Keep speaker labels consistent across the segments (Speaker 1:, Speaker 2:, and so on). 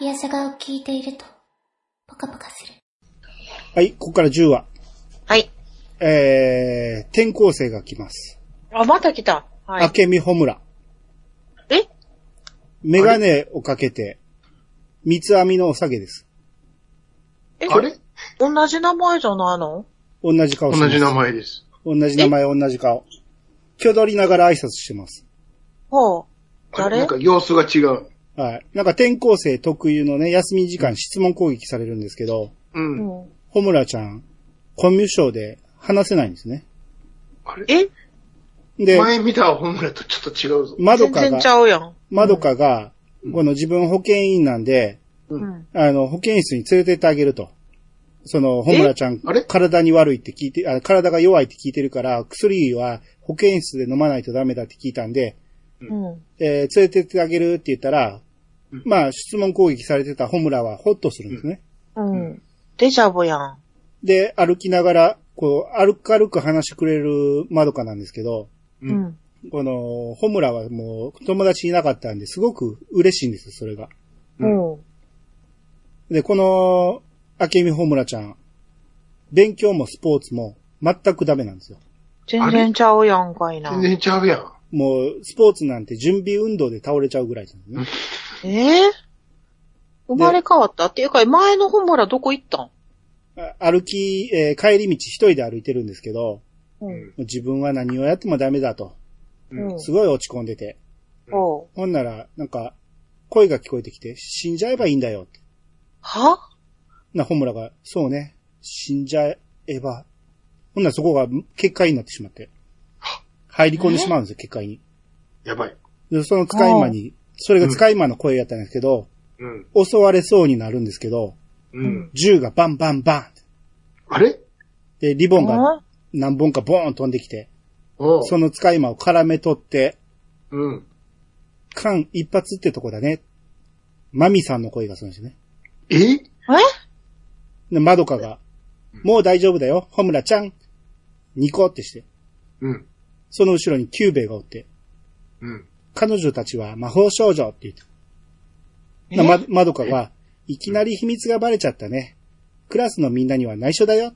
Speaker 1: イヤサガを聞いていると、ポカポカする。
Speaker 2: はい、ここから10話。
Speaker 3: はい。
Speaker 2: えー、転校生が来ます。
Speaker 3: あ、また来た。は
Speaker 2: あ
Speaker 3: い。
Speaker 2: けみほむら。
Speaker 3: え
Speaker 2: メガネをかけて、三つ編みのお下げです。
Speaker 3: え
Speaker 4: あれ
Speaker 3: 同じ名前じゃないの
Speaker 2: 同じ顔
Speaker 4: 同
Speaker 2: してます。
Speaker 4: じ名。前です。
Speaker 2: 同じ名前、同じ顔。挙取りながら挨拶してます。
Speaker 3: ほう。
Speaker 4: あれ
Speaker 3: 誰
Speaker 4: なんか様子が違う。
Speaker 2: はい。なんか転校生特有のね、休み時間質問攻撃されるんですけど、
Speaker 4: うん。
Speaker 3: うん。
Speaker 2: ほむらちゃん、コミュ障で話せないんですね。
Speaker 4: あれ
Speaker 3: え
Speaker 2: で、
Speaker 4: 前見たホームランとちょっと違うぞ。
Speaker 2: まど
Speaker 3: 全
Speaker 2: か
Speaker 3: 然ち
Speaker 2: が、
Speaker 3: ゃうやん。
Speaker 2: まどかが、この自分保健員なんで、
Speaker 3: うん。
Speaker 2: あの、保健室に連れてってあげると。その、ほむらちゃん、
Speaker 4: あれ
Speaker 2: 体に悪いって聞いて、あ体が弱いって聞いてるから、薬は保健室で飲まないとダメだって聞いたんで、
Speaker 3: うん。
Speaker 2: えー連れてってあげるって言ったら、
Speaker 4: うん
Speaker 2: まあ、質問攻撃されてたホムラはホッとするんですね。
Speaker 3: うん。デジャブやん。
Speaker 2: で、歩きながら、こう、歩く歩く話してくれるまどかなんですけど、
Speaker 4: う。
Speaker 3: うんん。
Speaker 2: この、ホムラはもう友達いなかったんで、すごく嬉しいんですよ、それが。
Speaker 3: うん。
Speaker 2: で、この、明美ホムラちゃん、勉強もスポーツも全くダメなんですよ。
Speaker 3: 全然ちゃうやんかいな
Speaker 4: 全。然ちゃうやん。
Speaker 2: もう、スポーツなんて準備運動で倒れちゃうぐらいなんですね。
Speaker 3: えー生まれ変わったっていうか、前のホムラどこ行ったん
Speaker 2: あ歩き、えー帰り道一人で歩いてるんですけど、
Speaker 3: うん。
Speaker 2: 自分は何をやってもダメだと、
Speaker 3: うん。
Speaker 2: すごい落ち込んでて。
Speaker 3: おう
Speaker 2: ほんなら、なんか、声が聞こえてきて、死んじゃえばいいんだよって。
Speaker 3: は
Speaker 2: な、ホムラが、そうね、死んじゃえば。ほんならそこが結界になってしまって。入り込んでしまうんですよ、結界に。
Speaker 4: やばい。
Speaker 2: で、その使い魔に、それが使い魔の声やったんですけど、
Speaker 4: うん。
Speaker 2: 襲われそうになるんですけど、
Speaker 4: うん。
Speaker 2: 銃がバンバンバンって
Speaker 4: あれ
Speaker 2: で、リボンが
Speaker 3: ん
Speaker 2: 何本かボーン飛んできて、
Speaker 4: おう。
Speaker 2: その使い魔を絡め取って、
Speaker 4: うん。
Speaker 2: 間一発ってとこだね。マミさんの声がするんですよね。
Speaker 4: え
Speaker 3: え
Speaker 2: で、まどかが、もう大丈夫だよ、ホムラちゃん。ニコってして、
Speaker 4: うん。
Speaker 2: その後ろにキューベイがおって、
Speaker 4: うん。
Speaker 2: 彼女たちは魔法少女って言って。
Speaker 3: え
Speaker 2: なま、まどかが、いきなり秘密がバレちゃったね。クラスのみんなには内緒だよ。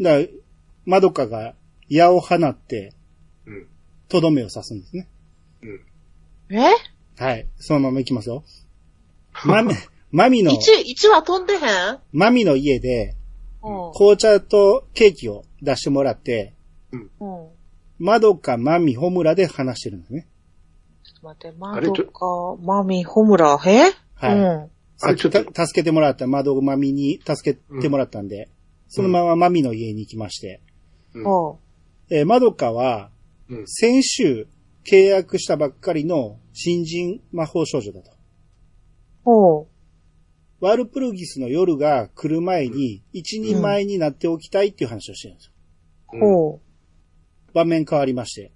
Speaker 2: だから、まどかが矢を放って、
Speaker 4: うん。
Speaker 2: とどめを刺すんですね。
Speaker 4: うん。
Speaker 3: え
Speaker 2: はい。そのまま行きますよ。まみ、まみの、
Speaker 3: 一、一は飛んでへん
Speaker 2: まみの家で、
Speaker 3: うん。
Speaker 2: 紅茶とケーキを出してもらって、
Speaker 3: うん。
Speaker 2: まどか、まみ、ほむらで話してるんですね。
Speaker 3: ちょっと待って、
Speaker 4: あ
Speaker 3: マ
Speaker 4: れち
Speaker 3: ドカ、マミ、ホムラ、え
Speaker 2: はい。
Speaker 3: うん。
Speaker 4: あれちょっと
Speaker 2: た助けてもらった、まどまみに助けてもらったんで、そのまままみの家に行きまして、
Speaker 4: うん
Speaker 3: おう
Speaker 2: えー、まどかは、
Speaker 4: うん。
Speaker 2: 先週契約したばっかりの新人魔法少女だと。
Speaker 3: おう
Speaker 2: ワルプルギスの夜が来る前に、一人前になっておきたいっていう話をしてるんですよ。
Speaker 4: うん。
Speaker 3: おう
Speaker 2: 場面変わりまして、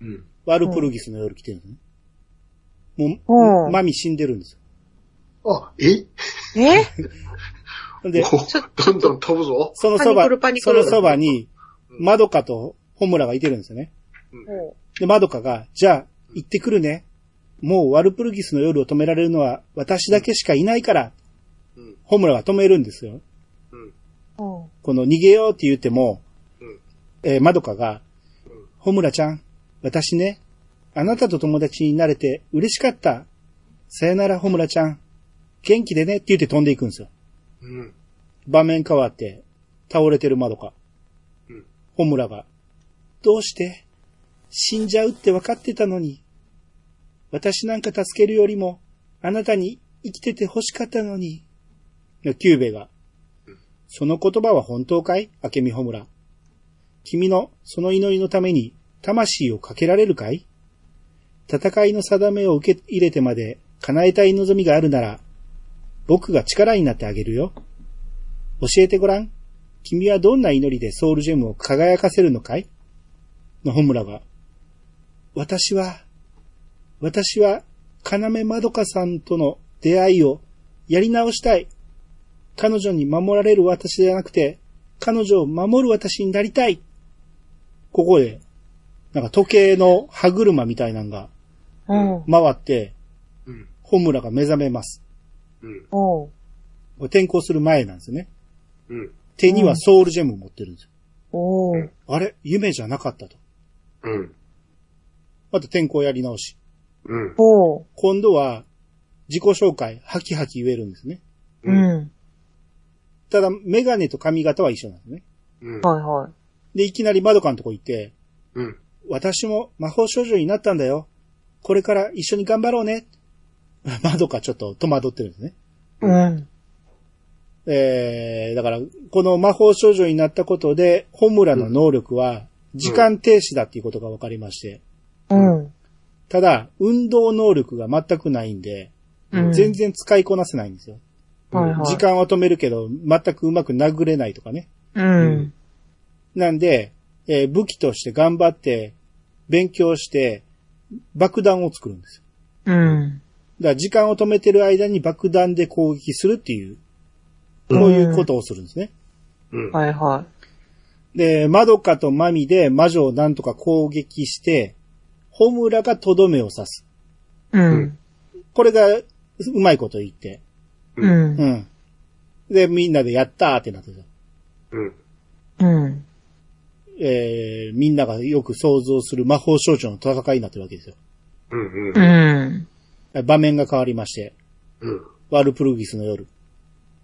Speaker 4: うん。
Speaker 2: ワルプルギスの夜来てるんですね。
Speaker 3: う
Speaker 2: もう、
Speaker 3: ん
Speaker 2: マミ死んでるんです
Speaker 4: あ、え
Speaker 3: え
Speaker 2: よ。で、
Speaker 4: おどんどん飛ぶぞ。
Speaker 2: そのそば
Speaker 3: パニクルパ、ニク
Speaker 2: そ
Speaker 3: ル
Speaker 2: のそばに、まどかとホムラがいてるんですよね。
Speaker 3: おう
Speaker 2: で、まどかが、じゃあ、行ってくるね。もうワルプルギスの夜を止められるのは私だけしかいないから、
Speaker 4: うん。
Speaker 2: ホムラが止めるんですよ。
Speaker 4: うん。
Speaker 3: おう
Speaker 2: この逃げようって言っても、
Speaker 4: うん
Speaker 2: えー、まどかが
Speaker 4: うん、
Speaker 2: ホムラちゃん、私ね、あなたと友達になれて嬉しかった。さよなら、ホムラちゃん。元気でねって言って飛んでいくんですよ。
Speaker 4: うん。
Speaker 2: 場面変わって、倒れてるまどか。
Speaker 4: うん
Speaker 2: ホムラが、どうして死んじゃうって分かってたのに。私なんか助けるよりも、あなたに生きてて欲しかったのに。キューベが、その言葉は本当かい明美ホムラ。君のその祈りのために魂をかけられるかい戦いの定めを受け入れてまで叶えたい望みがあるなら、僕が力になってあげるよ。教えてごらん。君はどんな祈りでソウルジェムを輝かせるのかいのホムラが、私は、私は、要まどかさんとの出会いをやり直したい。彼女に守られる私ではなくて、彼女を守る私になりたい。ここで、なんか時計の歯車みたいなのが
Speaker 3: うん。
Speaker 2: 回って、
Speaker 4: うん。
Speaker 2: ホムラが目覚めます。
Speaker 4: うん。
Speaker 3: おう
Speaker 2: 転校する前なんですよね。
Speaker 4: うん。
Speaker 2: 手にはソウルジェムを持ってるんですよ。
Speaker 3: おう
Speaker 2: あれ夢じゃなかったと。
Speaker 4: うん。
Speaker 2: また転校やり直し。
Speaker 4: うん。
Speaker 3: おう
Speaker 2: 今度は、自己紹介、ハキハキ言えるんですね。
Speaker 4: う。
Speaker 3: うんん。
Speaker 2: ただ、メガネと髪型は一緒なんですね。
Speaker 4: うん。
Speaker 3: はいはい。
Speaker 2: で、いきなり窓かのとこ行って、
Speaker 4: うん。
Speaker 2: 私も魔法少女になったんだよ。これから一緒に頑張ろうね。 窓かちょっと戸惑ってるんですね。
Speaker 3: うん。
Speaker 2: えー、だから、この魔法少女になったことで、ホムラの能力は、時間停止だっていうことが分かりまして、
Speaker 3: うん。
Speaker 2: ただ、運動能力が全くないんで、
Speaker 3: うん
Speaker 2: 全然使いこなせないんですよ。
Speaker 3: はいはい。
Speaker 2: 時。間は止めるけど、全くうまく殴れないとかね。
Speaker 3: うん。
Speaker 2: なんで、えー武器として頑張って、勉強して、爆弾を作るんですよ。
Speaker 3: うん。
Speaker 2: だから時間を止めてる間に爆弾で攻撃するっていう、こういうことをするんですね。
Speaker 4: うん。
Speaker 3: はいは
Speaker 2: で、マドカとマミで魔女をなんとか攻撃して、ホムラがとどめを刺す。
Speaker 3: い。うん。
Speaker 2: これが、うまいこと言って。
Speaker 3: うん
Speaker 2: う。ん。で、みんなでやったーってなったじゃん
Speaker 4: うん。
Speaker 3: うん。
Speaker 2: えー、みんながよく想像する魔法少女の戦いになってるわけですよ。
Speaker 4: う
Speaker 3: う
Speaker 4: ん。うん。
Speaker 3: ん。
Speaker 2: 場面が変わりまして、
Speaker 4: うん。
Speaker 2: ワルプルギスの夜、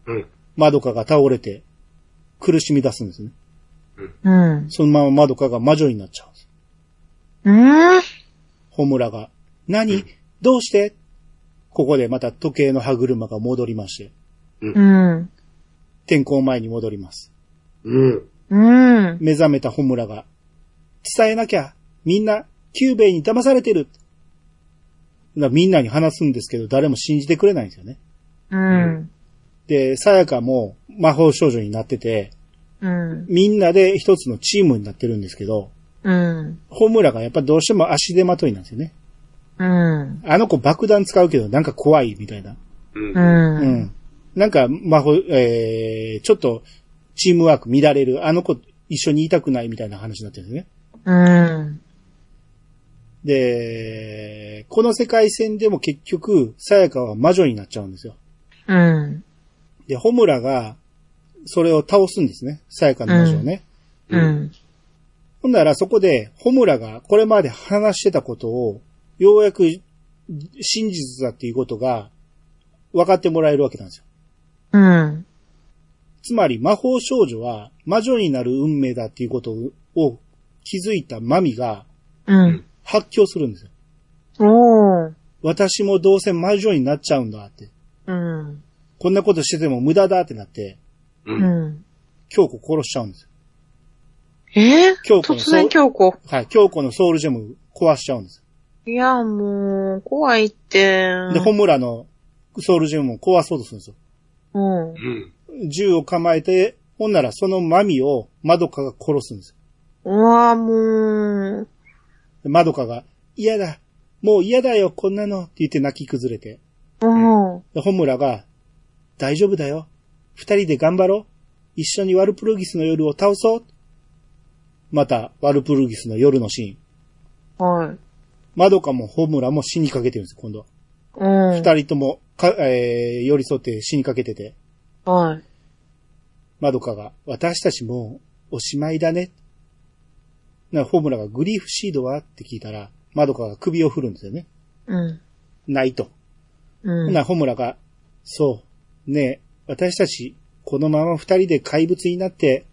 Speaker 4: うん。
Speaker 2: マドカが倒れて、苦しみ出すんですね。
Speaker 3: うん。
Speaker 2: そのままマドカが魔女になっちゃうんです。
Speaker 3: うん。
Speaker 2: ホムラが、何どうしてここでまた時計の歯車が戻りまして、
Speaker 3: うん。
Speaker 2: 天候前に戻ります。
Speaker 4: うん。
Speaker 3: うん。
Speaker 2: 目覚めたホムラが、伝えなきゃ、みんな、キューベイに騙されてる。なみんなに話すんですけど、誰も信じてくれないんですよね。
Speaker 3: うん。
Speaker 2: で、さやかも魔法少女になってて、
Speaker 3: うん。
Speaker 2: みんなで一つのチームになってるんですけど、
Speaker 3: うん。
Speaker 2: ホムラがやっぱどうしても足手まといなんですよね。
Speaker 3: うん。
Speaker 2: あの子爆弾使うけどなんか怖いみたいな。
Speaker 4: うん。
Speaker 2: う
Speaker 3: うん。
Speaker 2: ん。なんか魔法、えー、ちょっとチームワーク乱れる。あの子一緒にいたくないみたいな話になってるんですね。
Speaker 3: うん。
Speaker 2: で、この世界線でも結局、さやかは魔女になっちゃうんですよ。
Speaker 3: うん。
Speaker 2: で、ホムラが、それを倒すんですね。さやかの魔女をね。
Speaker 3: うん。
Speaker 2: ほんならそこで、ホムラがこれまで話してたことを、ようやく真実だっていうことが、分かってもらえるわけなんですよ。
Speaker 3: うん。
Speaker 2: つまり魔法少女は魔女になる運命だっていうことを気づいたマミが
Speaker 3: うん。
Speaker 2: 発狂するんですよ。
Speaker 3: おー。
Speaker 2: 私もどうせ魔女になっちゃうんだって。
Speaker 3: うん。
Speaker 2: こんなことしてても無駄だってなって、
Speaker 3: うん。
Speaker 2: 京子殺しちゃうんですよ。
Speaker 3: えー
Speaker 2: 京子の
Speaker 3: 突然強子。
Speaker 2: はい。京子のソウルジェム壊しちゃうんです
Speaker 3: いや、もう、怖いって。
Speaker 2: よ。で、ホムラのソウルジェムを壊そうとするんですよ。
Speaker 3: うん。
Speaker 4: うん。
Speaker 2: 銃を構えて、ほんならそのマミをマドカが殺すんですよ。
Speaker 3: うわーもう。
Speaker 2: でマドカが、嫌だもう嫌だよこんなのって言って泣き崩れて。
Speaker 3: うん。
Speaker 2: で、ホムラが、大丈夫だよ。二人で頑張ろう。一緒にワルプルギスの夜を倒そう。また、ワルプルギスの夜のシーン。
Speaker 3: はい。
Speaker 2: マドカもホムラも死にかけてるんですよ、今度は。
Speaker 3: うん。
Speaker 2: 二人とも、か、えー、寄り添って死にかけてて。
Speaker 3: はい。
Speaker 2: マドカが、私たちもう、おしまいだね。な、ホムラが、グリーフシードはって聞いたら、マドカが首を振るんですよね。
Speaker 3: うん。
Speaker 2: ないと。
Speaker 3: うん。
Speaker 2: な、ホムラが、そう、ねえ、私たち、このまま二人で怪物になって、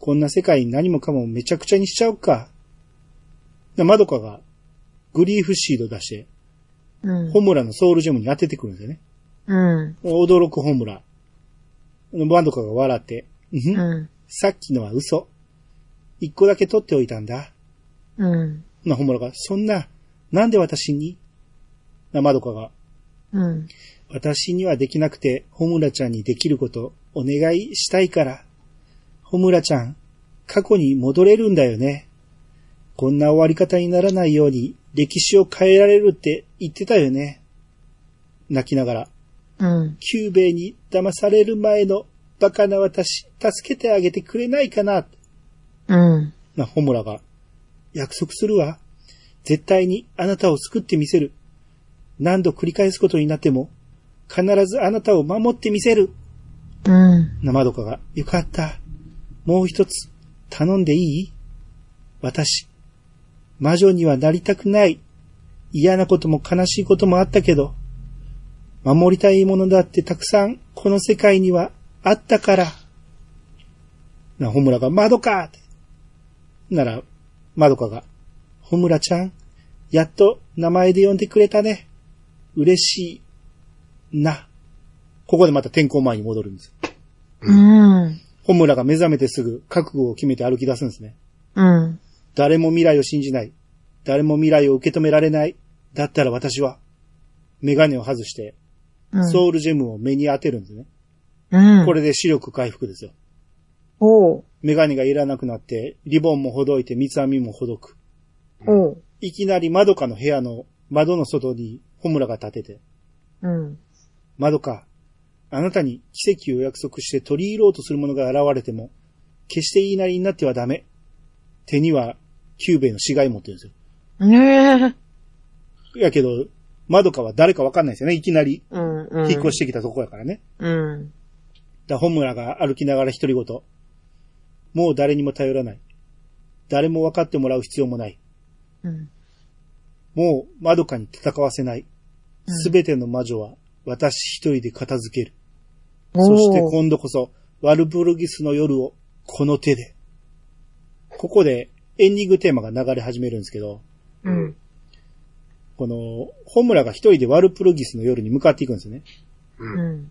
Speaker 2: こんな世界に何もかもめちゃくちゃにしちゃおうか。な、マドカが、グリーフシード出して、
Speaker 3: うん。
Speaker 2: ホムラのソウルジェムに当ててくるんですよね。
Speaker 3: うん。
Speaker 2: 驚くホムラ。マドカが笑って、うんふん
Speaker 3: うん。
Speaker 2: さっきのは嘘。一個だけ取っておいたんだ。
Speaker 3: うん。
Speaker 2: な、ホムラが、そんな、なんで私にな、マドカが、
Speaker 3: うん。
Speaker 2: 私にはできなくて、ホムラちゃんにできること、お願いしたいから。ホムラちゃん、過去に戻れるんだよね。こんな終わり方にならないように、歴史を変えられるって言ってたよね。泣きながら、
Speaker 3: うん。
Speaker 2: キューベイに騙される前のバカな私、助けてあげてくれないかな。
Speaker 3: うん。
Speaker 2: な、ホムラが、約束するわ。絶対にあなたを救ってみせる。何度繰り返すことになっても、必ずあなたを守ってみせる。
Speaker 3: うん。
Speaker 2: 生どかが、よかった。もう一つ、頼んでいい私、魔女にはなりたくない。嫌なことも悲しいこともあったけど、守りたいものだってたくさん、この世界にはあったから。な、ほむらが、まどかって。なら、まどかが、ほむらちゃん、やっと名前で呼んでくれたね。嬉しい。な。ここでまた天候前に戻るんですよ
Speaker 3: うん。
Speaker 2: ホムラが目覚めてすぐ覚悟を決めて歩き出すんですね。
Speaker 3: うん。
Speaker 2: 誰も未来を信じない。誰も未来を受け止められない。だったら私は、メガネを外して、
Speaker 3: うん。
Speaker 2: ソウルジェムを目に当てるんですね。
Speaker 3: うん。
Speaker 2: これで視力回復ですよ。
Speaker 3: おう。
Speaker 2: メガネがいらなくなって、リボンもほどいて三つ編みもほどく。
Speaker 3: おう。
Speaker 2: いきなり窓かの部屋の窓の外にホムラが立てて、
Speaker 3: うん。
Speaker 2: 窓か、あなたに奇跡を約束して取り入ろうとする者が現れても、決して言いなりになってはダメ。手には、キューベイの死骸持ってるんですよ。
Speaker 3: ねえ。
Speaker 2: やけど、まどかは誰かわかんないですよね。いきなり
Speaker 3: うん。うん。
Speaker 2: 引っ越してきたとこやからね。
Speaker 3: うん。
Speaker 2: だから、ホムラが歩きながら独り言。もう誰にも頼らない。誰も分かってもらう必要もない。
Speaker 3: うん。
Speaker 2: もう、まどかに戦わせない。
Speaker 3: うん
Speaker 2: すべての魔女は、私一人で片付ける。
Speaker 3: お
Speaker 2: そして
Speaker 3: う
Speaker 2: 今度こそ、ワルブルギスの夜を、この手で。ここで、エンディングテーマが流れ始めるんですけど、
Speaker 3: うん。
Speaker 2: この、ホムラが一人でワルプルギスの夜に向かっていくんですよね。
Speaker 3: うん。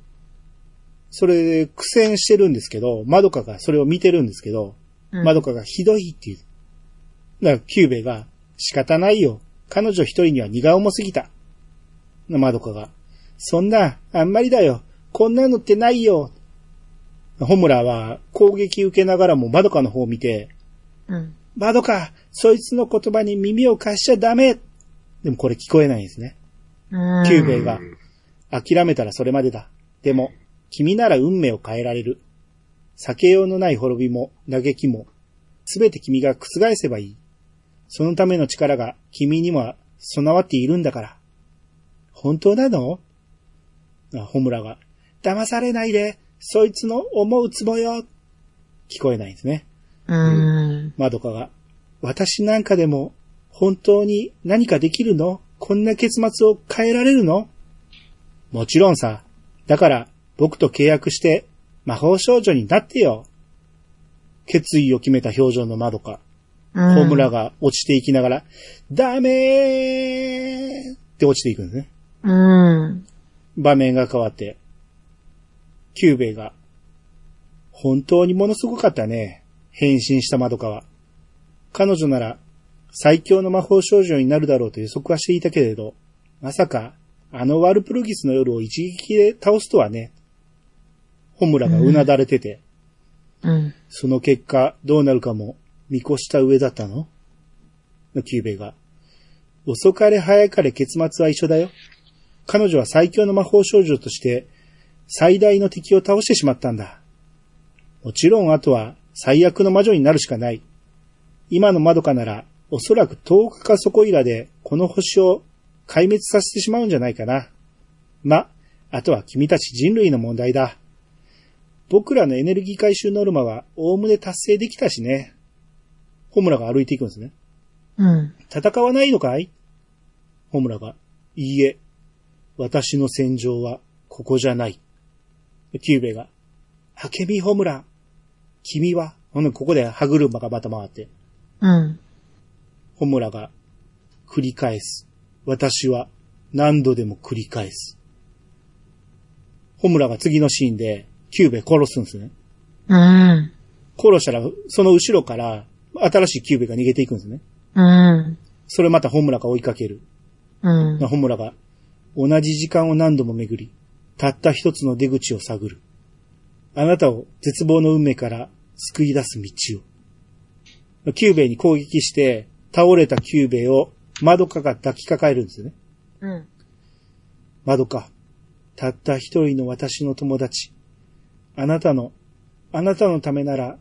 Speaker 2: それで苦戦してるんですけど、マドカがそれを見てるんですけど、
Speaker 3: うん
Speaker 2: マドカがひどいっていう。だから、キューベが、仕方ないよ。彼女一人には荷が重すぎた。マドカが、そんな、あんまりだよ。こんなのってないよ。ホムラは攻撃受けながらもマドカの方を見て、
Speaker 3: うん。
Speaker 2: マドカ、そいつの言葉に耳を貸しちゃダメでもこれ聞こえないんですね。
Speaker 3: うん。
Speaker 2: キューベが、諦めたらそれまでだ。でも、君なら運命を変えられる。避けようのない滅びも、嘆きも、すべて君が覆せばいい。そのための力が君には備わっているんだから。本当なのあ、ホムラが。騙されないで、そいつの思うつぼよ。聞こえないんですね。
Speaker 3: うん。
Speaker 2: マドカが、私なんかでも本当に何かできるのこんな結末を変えられるのもちろんさ。だから僕と契約して魔法少女になってよ。決意を決めた表情のマドカ。
Speaker 3: うん。
Speaker 2: ホムラが落ちていきながら、ダメーって落ちていくんですね。
Speaker 3: うん。
Speaker 2: 場面が変わって、キューベイが、本当にものすごかったね。変身したマドカは。彼女なら、最強の魔法少女になるだろうと予測はしていたけれど、まさか、あのワルプルギスの夜を一撃で倒すとはね。ホムラがうなだれてて、
Speaker 3: うん。
Speaker 2: その結果どうなるかも見越した上だったののキューベが。遅かれ早かれ結末は一緒だよ。彼女は最強の魔法少女として最大の敵を倒してしまったんだ。もちろんあとは最悪の魔女になるしかない。今のマドカならおそらく10日かそこいらでこの星を壊滅させてしまうんじゃないかな。ま、あとは君たち人類の問題だ。僕らのエネルギー回収ノルマは、おおむね達成できたしね。ホムラが歩いていくんですね。
Speaker 3: うん。
Speaker 2: 戦わないのかいホムラが、いいえ、私の戦場は、ここじゃない。キューベが、ハケミホムラ、君は、ほんでここで歯車がまた回って、
Speaker 3: うん。
Speaker 2: ホムラが、繰り返す。私は、何度でも繰り返す。ホムラが次のシーンで、キューベ殺すんですね。
Speaker 3: うん。
Speaker 2: 殺したら、その後ろから、新しいキューベが逃げていくんですね。
Speaker 3: うん。
Speaker 2: それまたホムラが追いかける。
Speaker 3: うん。
Speaker 2: ホムラが、同じ時間を何度も巡り、たった一つの出口を探る。あなたを絶望の運命から救い出す道を。キューベに攻撃して、倒れたキューベを、マドカが抱きかかえるんですよね。
Speaker 3: うん。
Speaker 2: マドカ、たった一人の私の友達。あなたの、あなたのためなら、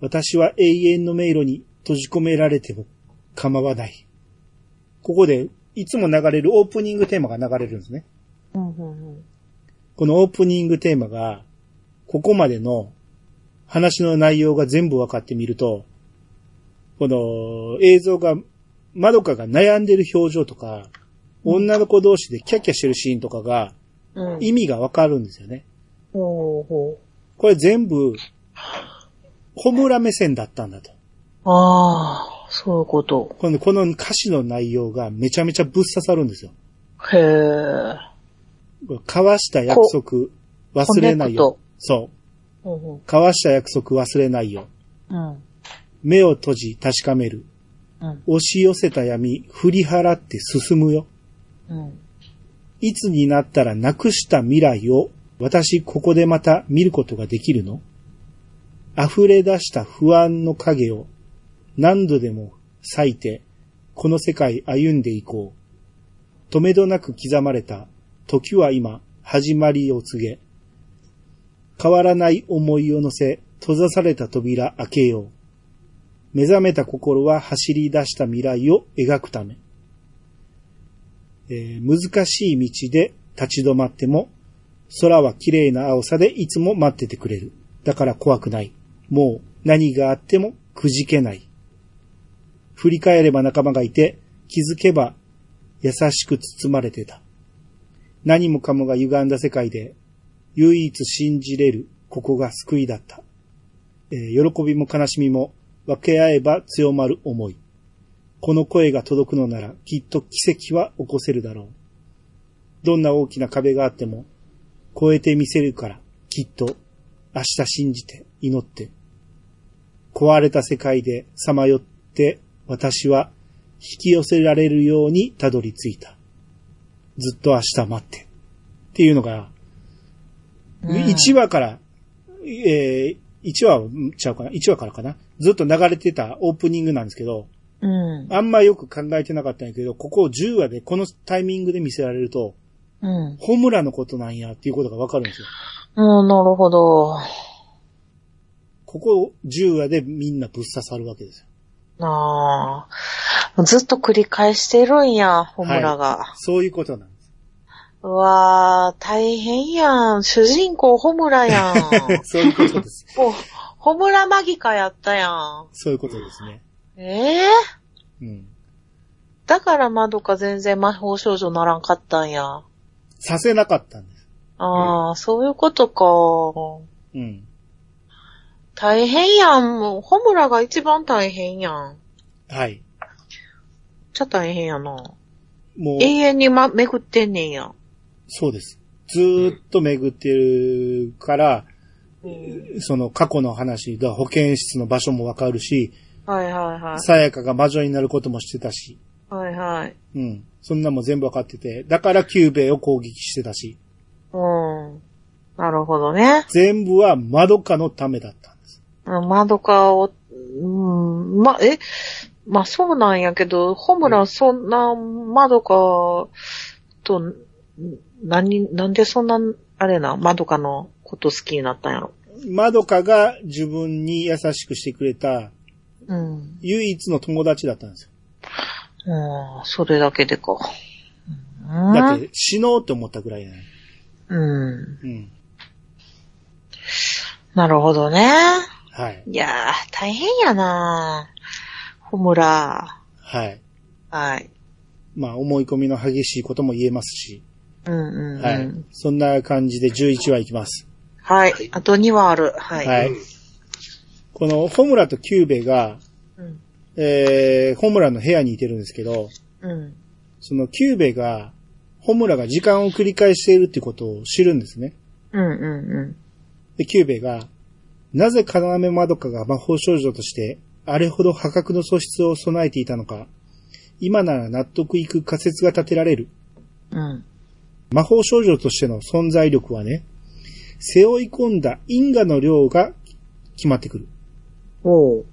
Speaker 2: 私は永遠の迷路に閉じ込められても構わない。ここで、いつも流れるオープニングテーマが流れるんですね。
Speaker 3: うん。
Speaker 2: このオープニングテーマが、ここまでの話の内容が全部分かってみると、この映像が、まどかが悩んでる表情とか、女の子同士でキャッキャしてるシーンとかが、
Speaker 3: うん。
Speaker 2: 意味が分かるんですよね。
Speaker 3: ほうほ
Speaker 2: これ全部、ホムラ目線だったんだと。
Speaker 3: う。ああ、そういうこと。
Speaker 2: このこの歌詞の内容がめちゃめちゃぶっ刺さるんですよ。
Speaker 3: へえ。
Speaker 2: 交わした約束、忘れないよ
Speaker 3: コ。
Speaker 2: そう。
Speaker 3: ほうほ
Speaker 2: 交わした約束忘れないよ。
Speaker 3: う。うん。
Speaker 2: 目を閉じ確かめる。
Speaker 3: うん。
Speaker 2: 押し寄せた闇、振り払って進むよ。
Speaker 3: うん。
Speaker 2: いつになったらなくした未来を、私ここでまた見ることができるの溢れ出した不安の影を、何度でも裂いて、この世界歩んでいこう。止めどなく刻まれた、時は今、始まりを告げ。変わらない思いを乗せ、閉ざされた扉開けよう。目覚めた心は走り出した未来を描くため。えー難しい道で立ち止まっても、空は綺麗な青さでいつも待っててくれる。だから怖くない。もう何があってもくじけない。振り返れば仲間がいて、気づけば優しく包まれてた。何もかもが歪んだ世界で、唯一信じれるここが救いだった。えー喜びも悲しみも分け合えば強まる思い。この声が届くのならきっと奇跡は起こせるだろう。どんな大きな壁があっても、越えてみせるから、きっと、明日信じて、祈って。壊れた世界でさまよって、私は引き寄せられるようにたどり着いた。ずっと明日待って。っていうのが、
Speaker 3: うん
Speaker 2: 1話から、え1話はちゃうかな ?1 話からかなずっと流れてたオープニングなんですけど、
Speaker 3: うん。
Speaker 2: あんまよく考えてなかったんやけど、ここを10話でこのタイミングで見せられると、
Speaker 3: うん。
Speaker 2: ホムラのことなんやっていうことがわかるんですよ。
Speaker 3: うん、なるほど。
Speaker 2: ここを10話でみんなぶっ刺さるわけですよ。
Speaker 3: なあ。ずっと繰り返してるんや、ホムラが。
Speaker 2: そういうことなんです。
Speaker 3: うわあ、大変やん。主人公ホムラやん。
Speaker 2: そういうことです。
Speaker 3: もう、ホムラマギカやったやん。
Speaker 2: そういうことですね。
Speaker 3: ええ
Speaker 2: うん。
Speaker 3: だからまどか全然魔法少女ならんかったんや。あ
Speaker 2: させなかったんです。
Speaker 3: あ、そういうことか。
Speaker 2: うん。
Speaker 3: 大変やん。もう、ホムラが一番大変やん。めっ
Speaker 2: はい。
Speaker 3: ちゃ大変やな。
Speaker 2: もう
Speaker 3: 永、遠にま、巡ってんねんや。
Speaker 2: そうです。ずーっと巡ってるから、
Speaker 3: うん。
Speaker 2: その過去の話が保健室の場所もわかるし、
Speaker 3: はいはいは
Speaker 2: さやかが魔女になることもしてたし、
Speaker 3: い。はいはい。
Speaker 2: うん。そんなもん全部わかってて、だからキューベイを攻撃してたし、
Speaker 3: うん。なるほどね。
Speaker 2: 全部はマドカのためだったんです。
Speaker 3: マドカを、うん、ま、え、まあそうなんやけど、ホムラそんなマドカと、ん何、なんでそんな、あれな、マドカのこと好きになったんやろ。
Speaker 2: マドカが自分に優しくしてくれた
Speaker 3: うん。
Speaker 2: 唯一の友達だったんです
Speaker 3: うん、それだけでか。
Speaker 2: よ。だって
Speaker 3: う
Speaker 2: 死のうと思ったぐらいやね。
Speaker 3: ん。うん。
Speaker 2: うん。
Speaker 3: なるほどね。
Speaker 2: はい。
Speaker 3: いやー、大変やなホムラ。
Speaker 2: はい。
Speaker 3: はい。
Speaker 2: まあ思い込みの激しいことも言えますし。
Speaker 3: うんうん、うん。
Speaker 2: はい。そんな感じで11話いきます。
Speaker 3: はい。あと2話ある。はい。
Speaker 2: はい。このホムラとキューベが、
Speaker 3: うん。
Speaker 2: えー、ホムラの部屋にいてるんですけど、
Speaker 3: うん。
Speaker 2: そのキューベが、ホムラが時間を繰り返しているってことを知るんですね。
Speaker 3: うんうんうん。
Speaker 2: で、キューベが、なぜ要まどかが魔法少女として、あれほど破格の素質を備えていたのか、今なら納得いく仮説が立てられる。
Speaker 3: うん。
Speaker 2: 魔法少女としての存在力はね、背負い込んだ因果の量が決まってくる。
Speaker 3: おう。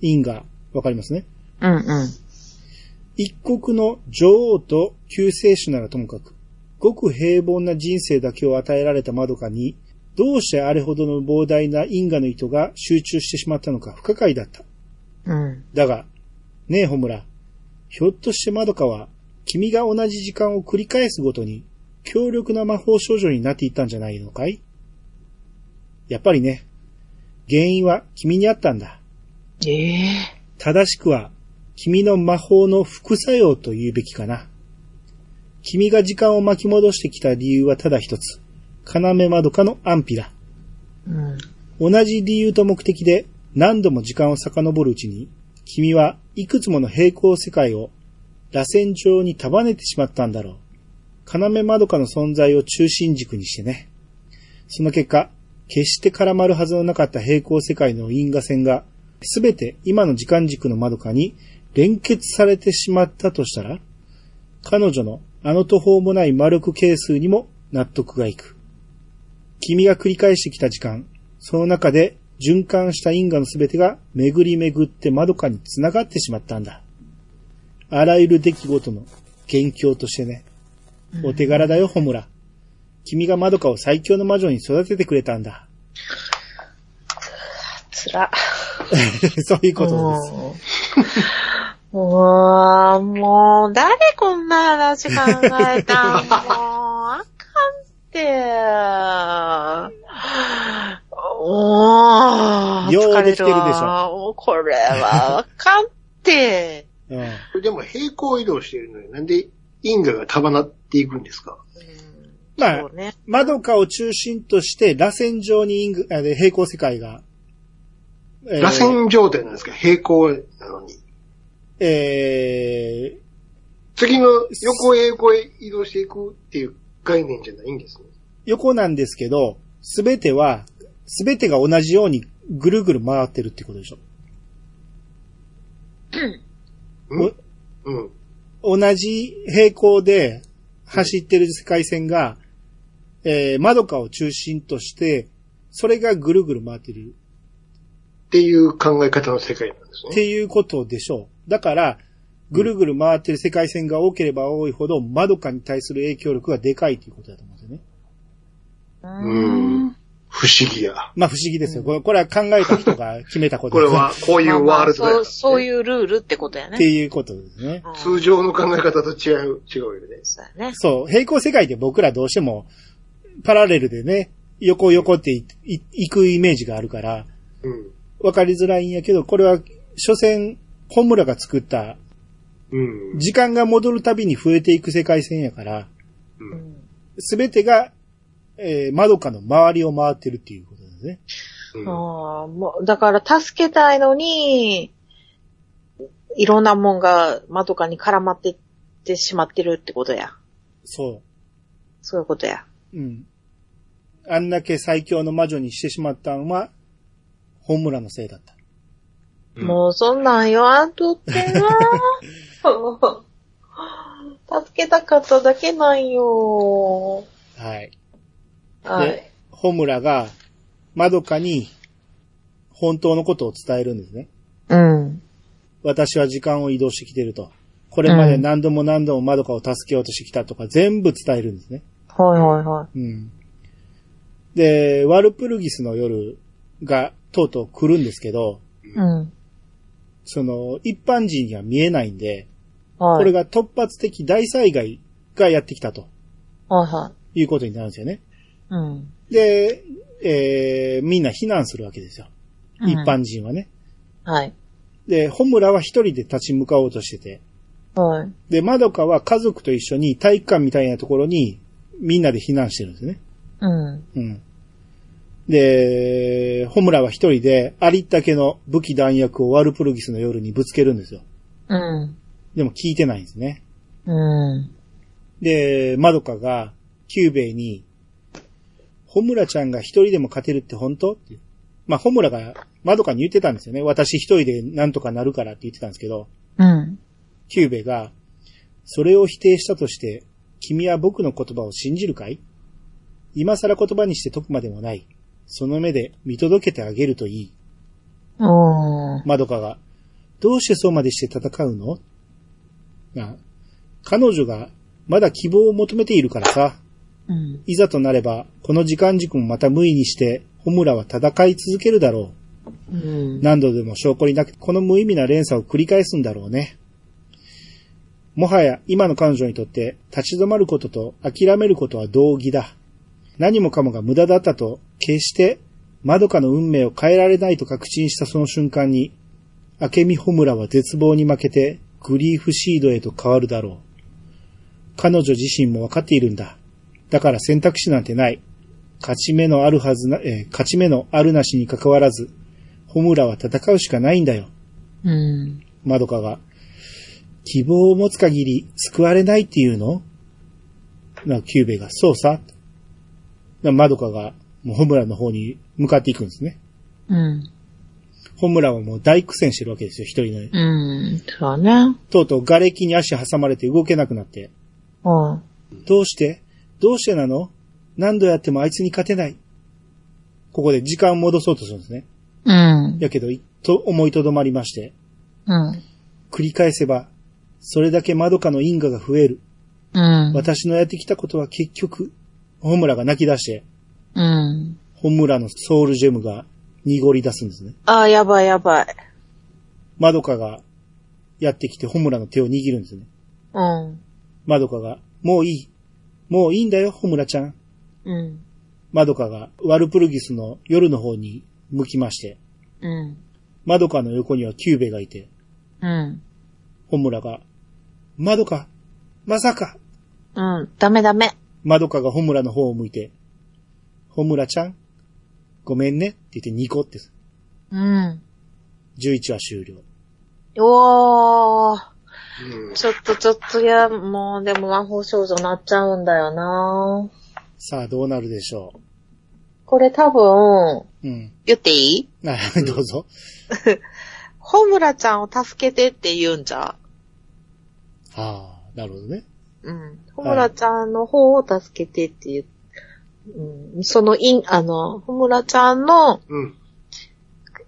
Speaker 2: 因果、わかりますね。
Speaker 3: うんうん。
Speaker 2: 一国の女王と救世主ならともかく、ごく平凡な人生だけを与えられたまどかに、どうしてあれほどの膨大な因果の糸が集中してしまったのか不可解だった。
Speaker 3: うん。
Speaker 2: だが、ねえ、ホムラ。ひょっとしてまどかは、君が同じ時間を繰り返すごとに、強力な魔法少女になっていったんじゃないのかいやっぱりね、原因は君にあったんだ。
Speaker 3: ええ
Speaker 2: 正しくは、君の魔法の副作用と言うべきかな。君が時間を巻き戻してきた理由はただ一つ。要まどかの安否だ。
Speaker 3: うん。
Speaker 2: 同じ理由と目的で何度も時間を遡るうちに、君はいくつもの平行世界を螺旋状に束ねてしまったんだろう。要まどかの存在を中心軸にしてね。その結果、決して絡まるはずのなかった平行世界の因果線が、すべて今の時間軸のまどかに連結されてしまったとしたら、彼女のあの途方もない魔力係数にも納得がいく。君が繰り返してきた時間、その中で循環した因果のすべてが巡り巡って窓かに繋がってしまったんだ。あらゆる出来事の元凶としてね。お手柄だよ、ホムラ。君が窓かを最強の魔女に育ててくれたんだ。
Speaker 3: つら。
Speaker 2: そういうことです。
Speaker 3: うん。うわーもう、誰こんな話考え たんもう、あかんって。おー、
Speaker 2: よう
Speaker 3: 疲れ
Speaker 2: できてるでしょ
Speaker 3: わもうこれは、あか んって。
Speaker 2: うん
Speaker 4: それでも平行移動してるのになんで因果が束なっていくんですか
Speaker 2: まあ
Speaker 3: そう、ね。
Speaker 2: 窓かを中心として螺旋状に因果、あで平行世界が、えー
Speaker 4: 螺旋状態なんですか平行なのに。
Speaker 2: えー
Speaker 4: 次の横へ横へ移動していくっていう概念じゃないんですね。
Speaker 2: 横なんですけど、すべては、すべてが同じようにぐるぐる回ってるってことでしょ。
Speaker 4: うんうん。
Speaker 2: 同じ平行で走ってる世界線が、えー、窓かを中心として、それがぐるぐる回ってる
Speaker 4: っていう考え方の世界なんです
Speaker 2: っ
Speaker 4: ね。
Speaker 2: ていうことでしょう。だから、ぐるぐる回ってる世界線が多ければ多いほど、窓かに対する影響力がでかいということだと思うんですよね。
Speaker 3: う。
Speaker 4: うんん。不思議や。
Speaker 2: まあ不思議ですよ。これこれは考えた人が決めたこと
Speaker 4: これは、こうい
Speaker 3: ま
Speaker 4: う
Speaker 3: あまあ
Speaker 4: ワールドだ
Speaker 3: そ
Speaker 4: よ
Speaker 3: う、そういうルールってことや
Speaker 2: って
Speaker 3: ね。
Speaker 2: いうことですね。
Speaker 3: うん
Speaker 4: 通常の考え方と違う、違うよね。
Speaker 3: そうやね。
Speaker 2: そう、平行世界で僕らどうしても、パラレルでね、横横っていい行くイメージがあるから、
Speaker 4: うん。
Speaker 2: わかりづらいんやけど、これは、所詮、本村が作った、
Speaker 4: うん。
Speaker 2: 時間が戻るたびに増えていく世界線やから、
Speaker 3: うん
Speaker 2: すべてが、えー、窓かの周りを回ってるっていうことですね。
Speaker 4: うん
Speaker 3: ああ、もう、だから助けたいのに、いろんなもんが間とかに絡まってってしまってるってことや。
Speaker 2: そ
Speaker 3: そういうことや。
Speaker 2: う。うん。あんだけ最強の魔女にしてしまったのは、本村のせいだった。
Speaker 4: うん
Speaker 3: もうそんなん言わんとってな。助けたかっただけなんよ。
Speaker 2: はい。
Speaker 3: は
Speaker 2: で
Speaker 3: い。
Speaker 2: ホムラが、まどかに、本当のことを伝えるんですね。
Speaker 3: うん。
Speaker 2: 私は時間を移動してきてると。これまで何度も何度もまどかを助けようとしてきたとか、全部伝えるんですね。
Speaker 3: はいはいは
Speaker 2: うん。で、ワルプルギスの夜が、とうとう来るんですけど、
Speaker 3: い。うん。
Speaker 2: その、一般人には見えないんで、
Speaker 3: はい。
Speaker 2: これが突発的大災害がやってきたと
Speaker 3: はいはい。
Speaker 2: いうことになるんですよね。
Speaker 3: うん。
Speaker 2: で、えー、みんな避難するわけですよ。
Speaker 3: うん
Speaker 2: 一般人はね。
Speaker 3: はい。
Speaker 2: で、ホムラは一人で立ち向かおうとしてて。
Speaker 3: はい。
Speaker 2: で、マドカは家族と一緒に体育館みたいなところにみんなで避難してるんですね。
Speaker 3: うん。
Speaker 2: うん。で、ホムラは一人でありったけの武器弾薬をワルプルギスの夜にぶつけるんですよ。
Speaker 3: うん。
Speaker 2: でも聞いてないんですね。
Speaker 3: うん。
Speaker 2: で、マドカがキューベイに、ホムラちゃんが一人でも勝てるって本当っていう。まあ、ホムラがマドカに言ってたんですよね。私一人でなんとかなるからって言ってたんですけど。
Speaker 3: うん。
Speaker 2: キューベが、それを否定したとして、君は僕の言葉を信じるかい今更言葉にして解くまでもない。その目で見届けてあげるといい。
Speaker 3: おー。
Speaker 2: マドカが、どうしてそうまでして戦うのあ彼女がまだ希望を求めているからさ。
Speaker 3: うん。
Speaker 2: いざとなれば、この時間軸もまた無意にして、ホムラは戦い続けるだろう。
Speaker 3: うん。
Speaker 2: 何度でも証拠になく、この無意味な連鎖を繰り返すんだろうね。もはや今の彼女にとって立ち止まることと諦めることは同義だ。何もかもが無駄だったと、決して、まどかの運命を変えられないと確信したその瞬間に、明美穂村は絶望に負けて、グリーフシードへと変わるだろう。彼女自身もわかっているんだ。だから選択肢なんてない。勝ち目のあるはずな、えー勝ち目のあるなしに関わらず、穂村は戦うしかないんだよ。
Speaker 3: うん。
Speaker 2: まどかが、希望を持つ限り救われないっていうのな、キューベが、そうさ。な、まどかが、もう、ホムラの方に向かっていくんですね。
Speaker 3: うん。
Speaker 2: ホムラはもう大苦戦してるわけですよ、一人の。
Speaker 3: うん。そうだね。
Speaker 2: とうとう瓦礫に足挟まれて動けなくなって。
Speaker 3: うん。
Speaker 2: どうしてどうしてなの何度やってもあいつに勝てない。ここで時間を戻そうとするんですね。
Speaker 3: うん。
Speaker 2: やけど、いと思いとどまりまして。
Speaker 3: うん。
Speaker 2: 繰り返せば、それだけまどかの因果が増える。
Speaker 3: うん。
Speaker 2: 私のやってきたことは結局、本村が泣き出して、
Speaker 3: うん。
Speaker 2: 本村のソウルジェムが濁り出すんですね。
Speaker 3: ああ、やばいやばい。
Speaker 2: まどかがやってきて本村の手を握るんですね。
Speaker 3: うん。
Speaker 2: まどかが、もういい。もういいんだよ、本村ちゃん。
Speaker 3: うん。
Speaker 2: まどかがワルプルギスの夜の方に向きまして、
Speaker 3: うん。
Speaker 2: まどかの横にはキューベがいて、
Speaker 3: うん。
Speaker 2: 本村が、まどか、まさか、
Speaker 3: うん。ダメダメ。
Speaker 2: まどかが本村の方を向いて、本村ちゃん、ごめんねって言ってニコって、
Speaker 3: うん。
Speaker 2: 11話終了。
Speaker 3: おー。
Speaker 4: うん
Speaker 3: ちょっとちょっと、いや、もう、でも魔法少女なっちゃうんだよな
Speaker 2: さあ、どうなるでしょ
Speaker 3: これ多分、
Speaker 2: う。うん。
Speaker 3: 言っていい
Speaker 2: あ どうぞ。
Speaker 3: ホムラちゃんを助けてって言うんじゃ。
Speaker 2: ああ、なるほどね。
Speaker 3: うん。ホムラちゃんの方を助けてって言う。うん、そのイン、あの、ホムラちゃんの
Speaker 4: うん。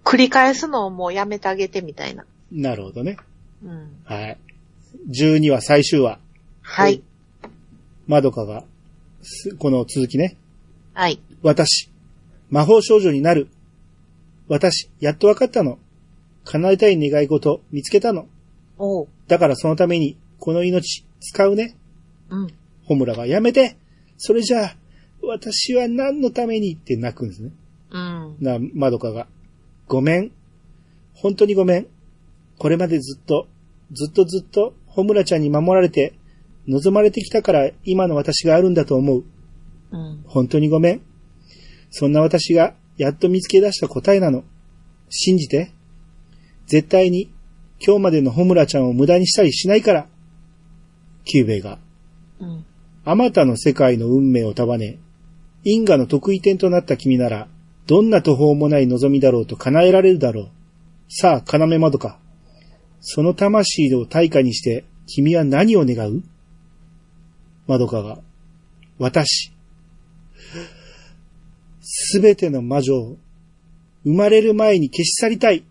Speaker 3: 繰り返すのをもうやめてあげてみたいな。
Speaker 2: なるほどね。
Speaker 3: うん。
Speaker 2: はい。12話最終話。
Speaker 3: はい。
Speaker 2: まどかが、すこの続きね。
Speaker 3: はい。
Speaker 2: 私、魔法少女になる。私、やっとわかったの。叶えたい願い事、見つけたの。
Speaker 3: おう。
Speaker 2: だからそのために、この命、使うね。
Speaker 3: うん。
Speaker 2: ホムラが、やめてそれじゃあ、私は何のためにって泣くんですね。
Speaker 3: うん。
Speaker 2: な、まどかが。ごめん。本当にごめん。これまでずっと、ずっとずっと、ホムラちゃんに守られて、望まれてきたから今の私があるんだと思う。
Speaker 3: うん。
Speaker 2: 本当にごめん。そんな私が、やっと見つけ出した答えなの。信じて。絶対に、今日までのホムラちゃんを無駄にしたりしないから。キューベイが、
Speaker 3: うん。
Speaker 2: あまたの世界の運命を束ね、因果の得意点となった君なら、どんな途方もない望みだろうと叶えられるだろう。さあ、要窓か。その魂を対価にして、君は何を願う窓かが、私。すべての魔女を、生まれる前に消し去りたい。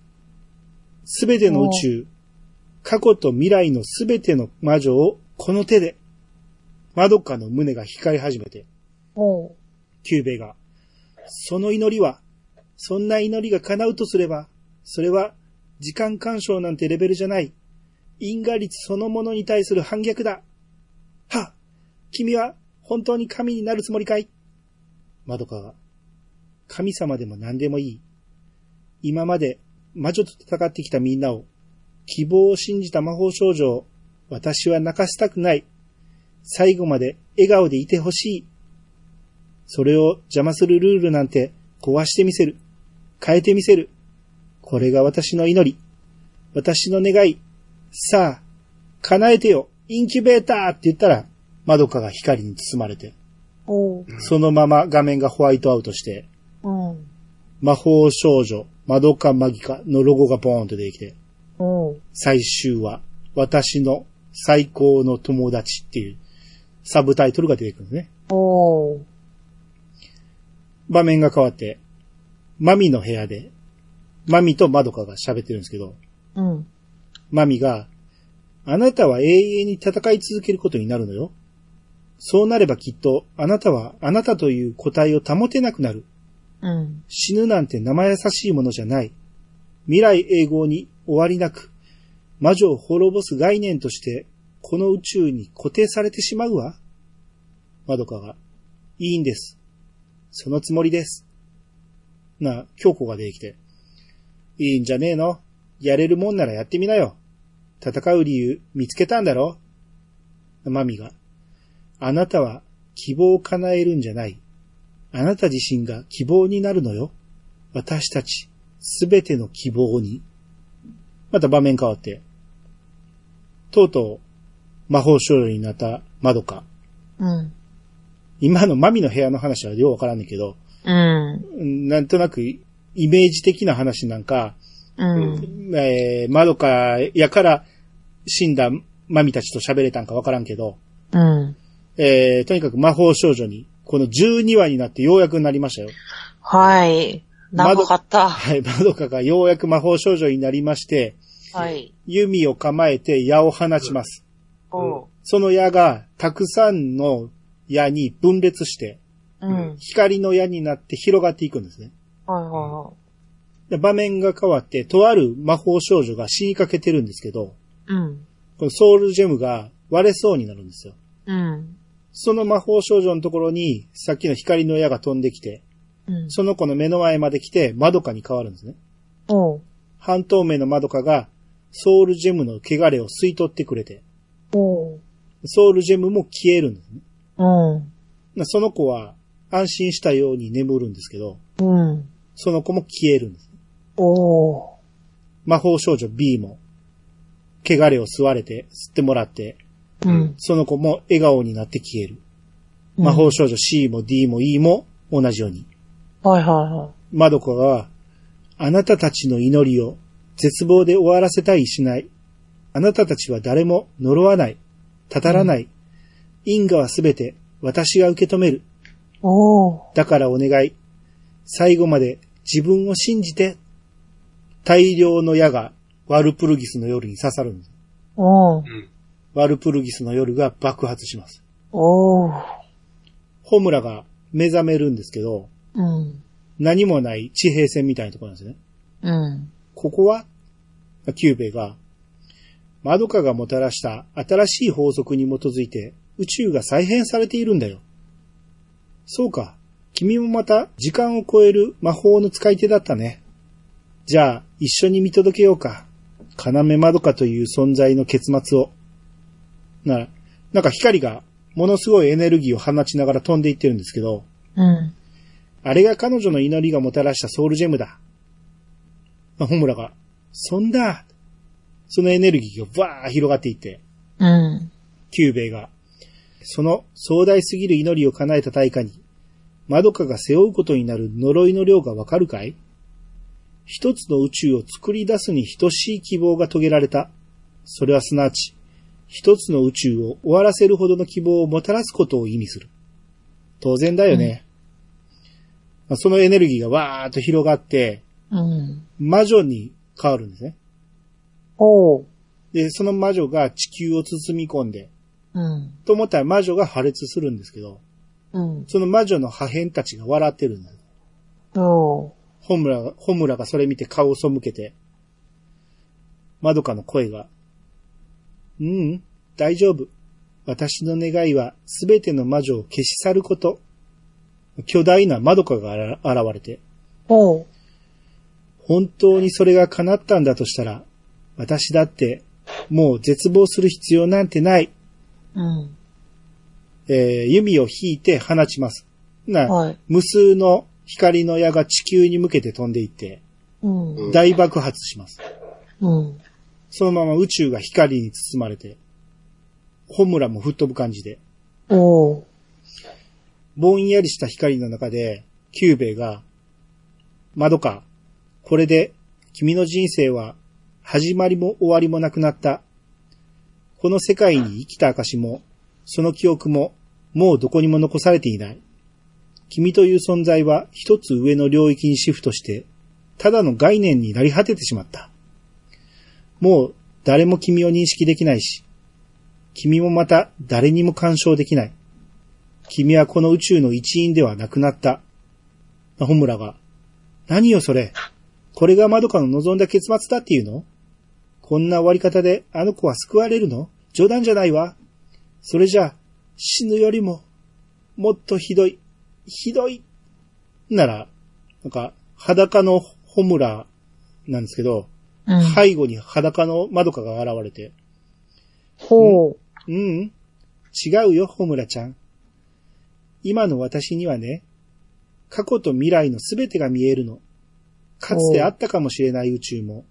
Speaker 2: すべての宇宙、過去と未来のすべての魔女を、この手で。マドカの胸が光り始めて、
Speaker 3: おう。
Speaker 2: キューベが、その祈りは、そんな祈りが叶うとすれば、それは、時間干渉なんてレベルじゃない。因果率そのものに対する反逆だ。はっ君は、本当に神になるつもりかいマドカが、神様でも何でもいい。今まで、魔女と戦ってきたみんなを、希望を信じた魔法少女を、私は泣かせたくない。最後まで笑顔でいてほしい。それを邪魔するルールなんて壊してみせる。変えてみせる。これが私の祈り。私の願い。さあ、叶えてよ。インキュベーターって言ったら、窓かが光に包まれて、
Speaker 3: おう。
Speaker 2: そのまま画面がホワイトアウトして、
Speaker 3: うん。
Speaker 2: 魔法少女、窓かマギかのロゴがポーンと出てきて、
Speaker 3: おう。
Speaker 2: 最終話、私の最高の友達っていうサブタイトルが出てくるんですね。
Speaker 3: おう。
Speaker 2: 場面が変わって、マミの部屋で、マミとマドカが喋ってるんですけど、
Speaker 3: うん。
Speaker 2: マミが、あなたは永遠に戦い続けることになるのよ。そうなればきっと、あなたは、あなたという個体を保てなくなる。
Speaker 3: うん。
Speaker 2: 死ぬなんて生優しいものじゃない。未来永劫に終わりなく、魔女を滅ぼす概念として、この宇宙に固定されてしまうわ。まどかが、いいんです。そのつもりです。な、京子が出てきて、いいんじゃねえのやれるもんならやってみなよ。戦う理由見つけたんだろマミが、あなたは希望を叶えるんじゃない。あなた自身が希望になるのよ。私たち、すべての希望に。また場面変わって、とうとう魔法少女になったマドカ。
Speaker 3: うん。
Speaker 2: 今のマミの部屋の話はようわからんねんけど、
Speaker 3: うん。
Speaker 2: うんなんとなくイメージ的な話なんか、
Speaker 3: うん。
Speaker 2: えー、マドカやから死んだマミたちと喋れたんかわからんけど、
Speaker 3: うん。
Speaker 2: えー、とにかく魔法少女に、この12話になってようやくなりましたよ。
Speaker 3: はい。長かった。
Speaker 2: はい、マドカがようやく魔法少女になりまして、
Speaker 3: はい。
Speaker 2: 弓を構えて矢を放ちます。
Speaker 3: おう。
Speaker 2: その矢が、たくさんの矢に分裂して、
Speaker 3: うん。
Speaker 2: 光の矢になって広がっていくんですね。
Speaker 3: はいはいは
Speaker 2: で場面が変わって、とある魔法少女が死にかけてるんですけど、
Speaker 3: い。うん。
Speaker 2: このソウルジェムが割れそうになるんですよ。
Speaker 3: うん。
Speaker 2: その魔法少女のところに、さっきの光の矢が飛んできて、
Speaker 3: うん。
Speaker 2: その子の目の前まで来て、マドカに変わるんですね。
Speaker 3: おう。
Speaker 2: 半透明のマドカが、ソウルジェムの汚れを吸い取ってくれて、
Speaker 3: おう。
Speaker 2: ソウルジェムも消えるんですね。
Speaker 3: うん。
Speaker 2: まあその子は安心したように眠るんですけど、
Speaker 3: うん。
Speaker 2: その子も消えるんです。
Speaker 3: おう。
Speaker 2: 魔法少女 B も、汚れを吸われて、吸ってもらって、
Speaker 3: うん。
Speaker 2: その子も笑顔になって消える。魔法少女 C も D も E も同じように。
Speaker 3: はいはいはい。
Speaker 2: マドコが、あなたたちの祈りを絶望で終わらせたいしない。あなたたちは誰も呪わない。たたらない。因果はすべて私が受け止める。
Speaker 3: おう。
Speaker 2: だからお願い。最後まで自分を信じて。大量の矢がワルプルギスの夜に刺さるんです。
Speaker 3: おう。
Speaker 2: ワルプルギスの夜が爆発します。
Speaker 3: おう。
Speaker 2: ホムラが目覚めるんですけど、
Speaker 3: うん。
Speaker 2: 何もない地平線みたいなところなんですね。
Speaker 3: うん。
Speaker 2: ここは、キューベが、マドカがもたらした新しい法則に基づいて宇宙が再編されているんだよ。そうか。君もまた時間を超える魔法の使い手だったね。じゃあ、一緒に見届けようか。金目マドカという存在の結末を。なら、なんか光がものすごいエネルギーを放ちながら飛んでいってるんですけど、
Speaker 3: うん。
Speaker 2: あれが彼女の祈りがもたらしたソウルジェムだ。まあ、ホムラが、そんだ。そのエネルギーがバー広がっていって、
Speaker 3: うん。
Speaker 2: キューベイが、その壮大すぎる祈りを叶えた対価に、マドカが背負うことになる呪いの量がわかるかい一つの宇宙を作り出すに等しい希望が遂げられた。それはすなわち、一つの宇宙を終わらせるほどの希望をもたらすことを意味する。当然だよね。まあそのエネルギーがわーっと広がって、
Speaker 3: うん。
Speaker 2: 魔女に変わるんですね。
Speaker 3: おう。
Speaker 2: で、その魔女が地球を包み込んで、
Speaker 3: うん。
Speaker 2: と思ったら魔女が破裂するんですけど、
Speaker 3: うん。
Speaker 2: その魔女の破片たちが笑ってるんだよ。
Speaker 3: おう。
Speaker 2: ホムラが、ホムラがそれ見て顔を背けて、マドカの声が、ううん、大丈夫。私の願いはすべての魔女を消し去ること。巨大なマドカがあら現れて、
Speaker 3: おう。
Speaker 2: 本当にそれが叶ったんだとしたら、私だって、もう絶望する必要なんてない。
Speaker 3: うん。
Speaker 2: えー弓を引いて放ちます。な、
Speaker 3: はい。
Speaker 2: 無数の光の矢が地球に向けて飛んでいって、
Speaker 3: うん。
Speaker 4: うん
Speaker 2: 大爆発します。
Speaker 3: うん。
Speaker 2: そのまま宇宙が光に包まれて、ホムラも吹っ飛ぶ感じで、
Speaker 3: おう。
Speaker 2: ぼんやりした光の中で、キューベイが、マドカ、これで君の人生は始まりも終わりもなくなった。この世界に生きた証も、その記憶も、もうどこにも残されていない。君という存在は一つ上の領域にシフトして、ただの概念になり果ててしまった。もう誰も君を認識できないし、君もまた誰にも干渉できない。君はこの宇宙の一員ではなくなった。ホムラが、何よそれ。これがマドカの望んだ結末だっていうのこんな終わり方であの子は救われるの冗談じゃないわ。それじゃあ、死ぬよりも、もっとひどい、ひどい。なら、なんか、裸のホムラなんですけど、
Speaker 3: うん。い。
Speaker 2: 背後に裸のマドカが現れて、
Speaker 3: ほう。
Speaker 2: ううん。違うよ、ホムラちゃん。今の私にはね、過去と未来のすべてが見えるの。かつてあったかもしれない宇宙も、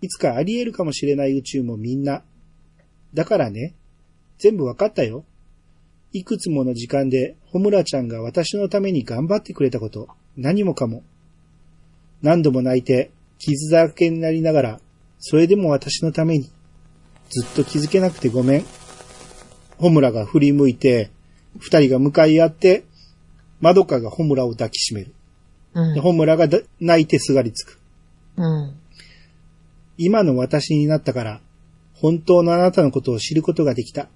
Speaker 2: いつかあり得るかもしれない宇宙もみんな。だからね、全部わかったよ。いくつもの時間で、ホムラちゃんが私のために頑張ってくれたこと、何もかも。何度も泣いて、傷だらけになりながら、それでも私のために、ずっと気づけなくてごめん。ホムラが振り向いて、二人が向かい合って、マドカがホムラを抱きしめる。
Speaker 3: うん
Speaker 2: で。ホムラがだ泣いてすがりつく。
Speaker 3: うん。
Speaker 2: 今の私になったから、本当のあなたのことを知ることができた。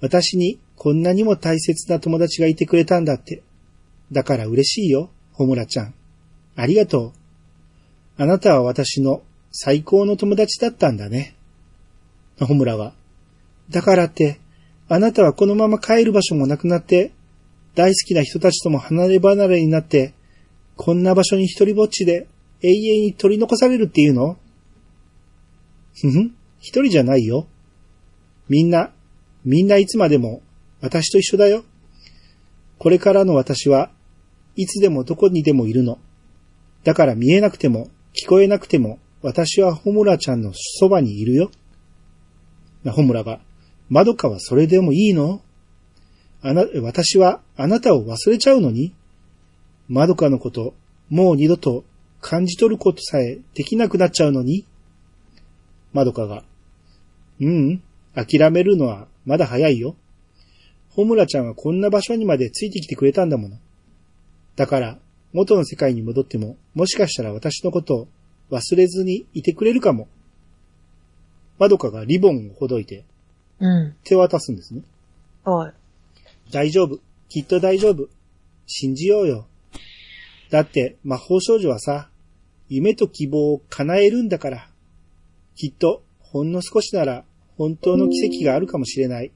Speaker 2: 私にこんなにも大切な友達がいてくれたんだって。だから嬉しいよ、ホムラちゃん。ありがとう。あなたは私の最高の友達だったんだね。ホムラは。だからって、あなたはこのまま帰る場所もなくなって、大好きな人たちとも離れ離れになって、こんな場所に一人ぼっちで永遠に取り残されるっていうのふふん、一人じゃないよ。みんな、みんないつまでも私と一緒だよ。これからの私はいつでもどこにでもいるの。だから見えなくても聞こえなくても私はホムラちゃんのそばにいるよ。な、ホムラが、まどかはそれでもいいのあな、私はあなたを忘れちゃうのにまどかのこと、もう二度と感じ取ることさえできなくなっちゃうのにまどかが。ううん、諦めるのはまだ早いよ。ホムラちゃんはこんな場所にまでついてきてくれたんだもの。だから、元の世界に戻っても、もしかしたら私のことを忘れずにいてくれるかも。まどかがリボンをほどいて
Speaker 3: う
Speaker 2: 手を渡すんですね。
Speaker 3: ん。はい。
Speaker 2: 大丈夫。きっと大丈夫。信じようよ。だって魔法少女はさ、夢と希望を叶えるんだから。きっと、ほんの少しなら、本当の奇跡があるかもしれない。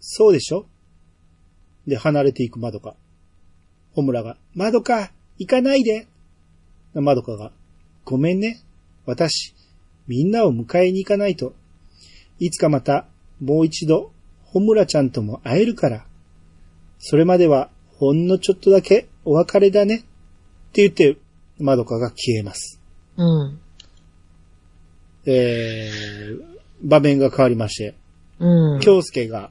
Speaker 2: そうでしょで、離れていくまどか。ホムラが、まどか、行かないでまどかが、ごめんね。私、みんなを迎えに行かないと。いつかまた、もう一度、ホムラちゃんとも会えるから。それまでは、ほんのちょっとだけお別れだね。って言って、まどかが消えます。
Speaker 3: うん。
Speaker 2: えー、場面が変わりまして、
Speaker 3: うん。
Speaker 2: 京介が、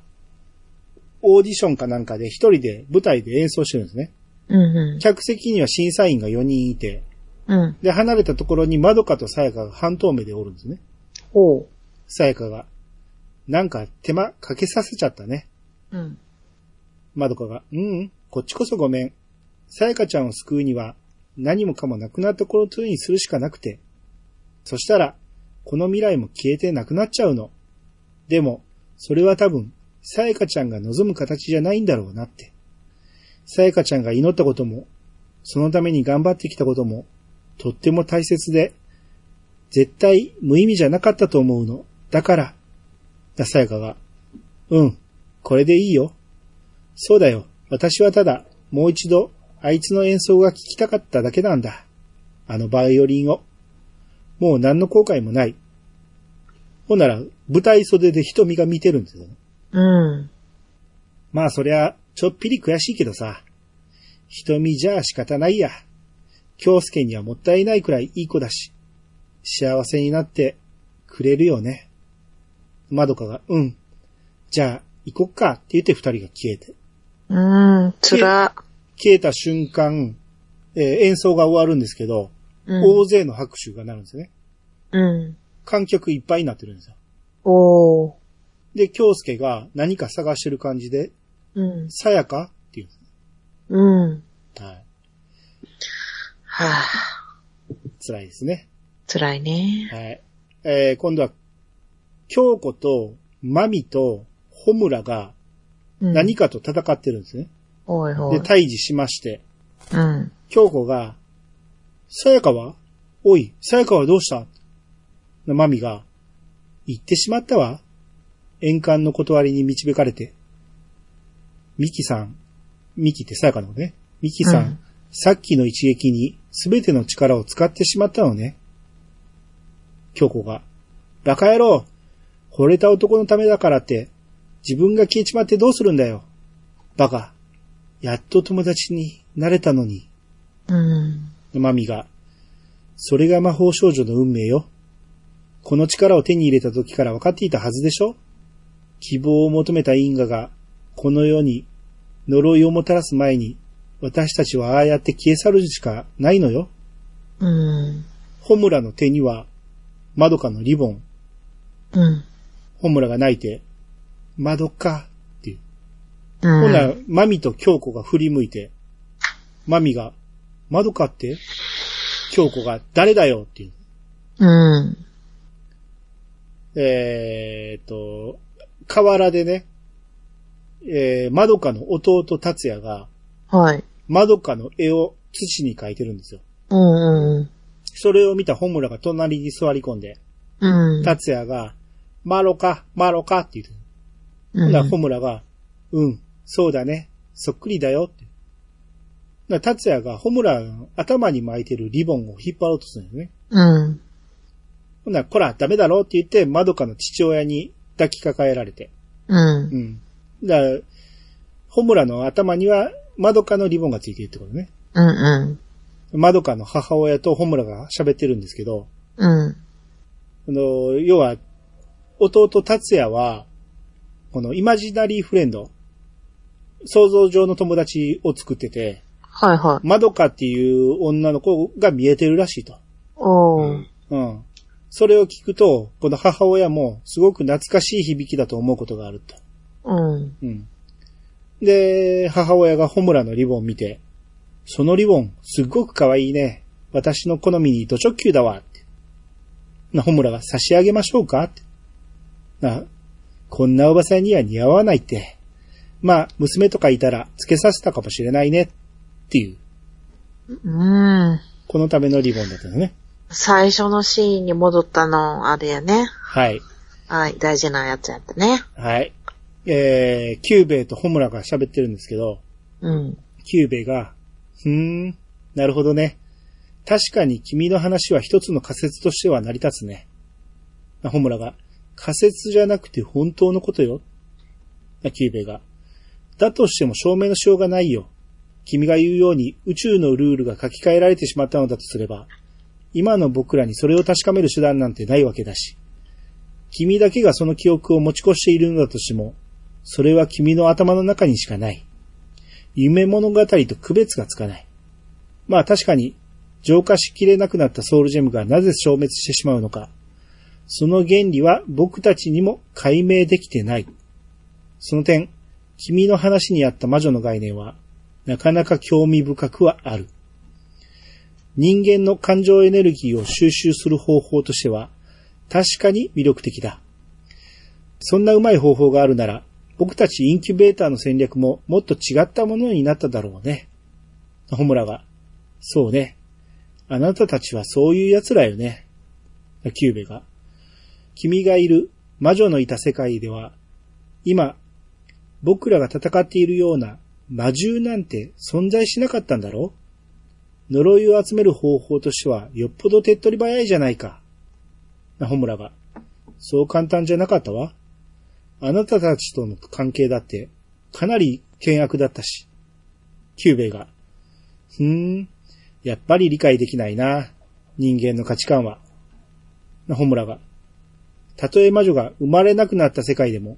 Speaker 2: オーディションかなんかで一人で舞台で演奏してるんですね。
Speaker 3: うん。
Speaker 2: 客席には審査員が4人いて、
Speaker 3: うん。うん。
Speaker 2: で、離れたところにまどかとさやかが半透明でおるんですね。
Speaker 3: ほう。
Speaker 2: さやかが、なんか手間かけさせちゃったね。
Speaker 3: うん。
Speaker 2: まどかが、うん、うん、こっちこそごめん。さやかちゃんを救うには、何もかもなくなった頃とにするしかなくて。そしたら、この未来も消えてなくなっちゃうの。でも、それは多分、さやかちゃんが望む形じゃないんだろうなって。さやかちゃんが祈ったことも、そのために頑張ってきたことも、とっても大切で、絶対無意味じゃなかったと思うの。だから、ださやかが、うん、これでいいよ。そうだよ。私はただ、もう一度、あいつの演奏が聞きたかっただけなんだ。あのバイオリンを。もう何の後悔もない。ほんなら、舞台袖で瞳が見てるんですよね。
Speaker 3: うん。
Speaker 2: まあそりゃ、ちょっぴり悔しいけどさ。瞳じゃ仕方ないや。京介にはもったいないくらいいい子だし、幸せになってくれるよね。まどかが、うん。じゃあ、行こっかって言って二人が消えて。
Speaker 3: うん。つら。
Speaker 2: 消えた瞬間、えー演奏が終わるんですけど、
Speaker 3: うん。
Speaker 2: 大勢の拍手がなるんですよね。
Speaker 3: うん。
Speaker 2: 観客いっぱいになってるんですよ。
Speaker 3: おー。
Speaker 2: で、京介が何か探してる感じで、
Speaker 3: うん。
Speaker 2: さやかっていうんで
Speaker 3: うん。
Speaker 2: す。はい。
Speaker 3: はぁ。
Speaker 2: 辛いですね。
Speaker 3: 辛いね。
Speaker 2: はい。えー今度は、京子と、まみと、ホムラが
Speaker 3: うん
Speaker 2: 何かと戦ってるんですね。
Speaker 3: おいお
Speaker 2: で、
Speaker 3: い。
Speaker 2: 退治しまして、
Speaker 3: うん。
Speaker 2: 京子が、さやかはおい、さやかはどうしたまみが、行ってしまったわ。円環の断りに導かれて、ミキさん、ミキってさやかのことね。ミキさん、
Speaker 3: うん
Speaker 2: さっきの一撃に全ての力を使ってしまったのね。京子が、バカ野郎惚れた男のためだからって、自分が消えちまってどうするんだよ。バカ、やっと友達になれたのに。
Speaker 3: うん。
Speaker 2: マミが、それが魔法少女の運命よ。この力を手に入れた時から分かっていたはずでしょ希望を求めた因果が、この世に呪いをもたらす前に、私たちはああやって消え去るしかないのよ。
Speaker 3: うん。
Speaker 2: ホムラの手には、マドカのリボン。
Speaker 3: うん。
Speaker 2: ホムラが泣いて、マドカっていう。
Speaker 3: うん。
Speaker 2: ほんなら、マミと京子が振り向いて、マミが、マドカって京子が、誰だよっていう。
Speaker 3: うん。
Speaker 2: えーっと、河原でね、えー、まどかの弟達也が、
Speaker 3: はい。
Speaker 2: まどかの絵を土に描いてるんですよ。
Speaker 3: うんうん
Speaker 2: それを見たホムラが隣に座り込んで、
Speaker 3: うん。うん。
Speaker 2: 達也が、マロか、マロかって言ってる。
Speaker 3: う
Speaker 2: ほん
Speaker 3: ん
Speaker 2: ならホムラが、うん、そうだね、そっくりだよって。な、達也がホムラの頭に巻いてるリボンを引っ張ろうとするんだよね。
Speaker 3: うん。
Speaker 2: ほんなら、こら、ダメだろって言って、まどかの父親に抱きかかえられて。
Speaker 3: うん。
Speaker 2: うん。だから、ホムラの頭には、マドカのリボンがついてるってことね。
Speaker 3: うんうん。
Speaker 2: マドカの母親とホムラが喋ってるんですけど、
Speaker 3: うん。
Speaker 2: あの、要は、弟達也は、このイマジナリーフレンド、想像上の友達を作ってて、
Speaker 3: はいはい。
Speaker 2: マドカっていう女の子が見えてるらしいと。
Speaker 3: おー。
Speaker 2: うん。それを聞くと、この母親もすごく懐かしい響きだと思うことがあると。
Speaker 3: うん。
Speaker 2: うん。で、母親がホムラのリボンを見て、そのリボン、すっごく可愛いね。私の好みにド直球だわ。ってな、ホムラが差し上げましょうかってな、こんなおばさんには似合わないって。まあ、娘とかいたら、つけさせたかもしれないね。っていう、
Speaker 3: うん。
Speaker 2: このためのリボンだったのね。
Speaker 3: 最初のシーンに戻ったの、あれやね。
Speaker 2: はい。
Speaker 3: はい、大事なやつやったね。
Speaker 2: はい。えー、キューベイとホムラが喋ってるんですけど、
Speaker 3: うん。
Speaker 2: キューベが、ふーん、なるほどね。確かに君の話は一つの仮説としては成り立つね。ホムラが、仮説じゃなくて本当のことよ。キューベが、だとしても証明のしようがないよ。君が言うように宇宙のルールが書き換えられてしまったのだとすれば、今の僕らにそれを確かめる手段なんてないわけだし、君だけがその記憶を持ち越しているのだとしても、それは君の頭の中にしかない。夢物語と区別がつかない。まあ確かに、浄化しきれなくなったソウルジェムがなぜ消滅してしまうのか。その原理は僕たちにも解明できてない。その点、君の話にあった魔女の概念は、なかなか興味深くはある。人間の感情エネルギーを収集する方法としては、確かに魅力的だ。そんなうまい方法があるなら、僕たちインキュベーターの戦略ももっと違ったものになっただろうね。ホムラが、そうね。あなたたちはそういう奴らよね。キューベが、君がいる魔女のいた世界では、今、僕らが戦っているような魔獣なんて存在しなかったんだろう呪いを集める方法としてはよっぽど手っ取り早いじゃないか。ホムラが、そう簡単じゃなかったわ。あなたたちとの関係だって、かなり険悪だったし。キューベイが、ふーん、やっぱり理解できないな、人間の価値観は。なホムラが、たとえ魔女が生まれなくなった世界でも、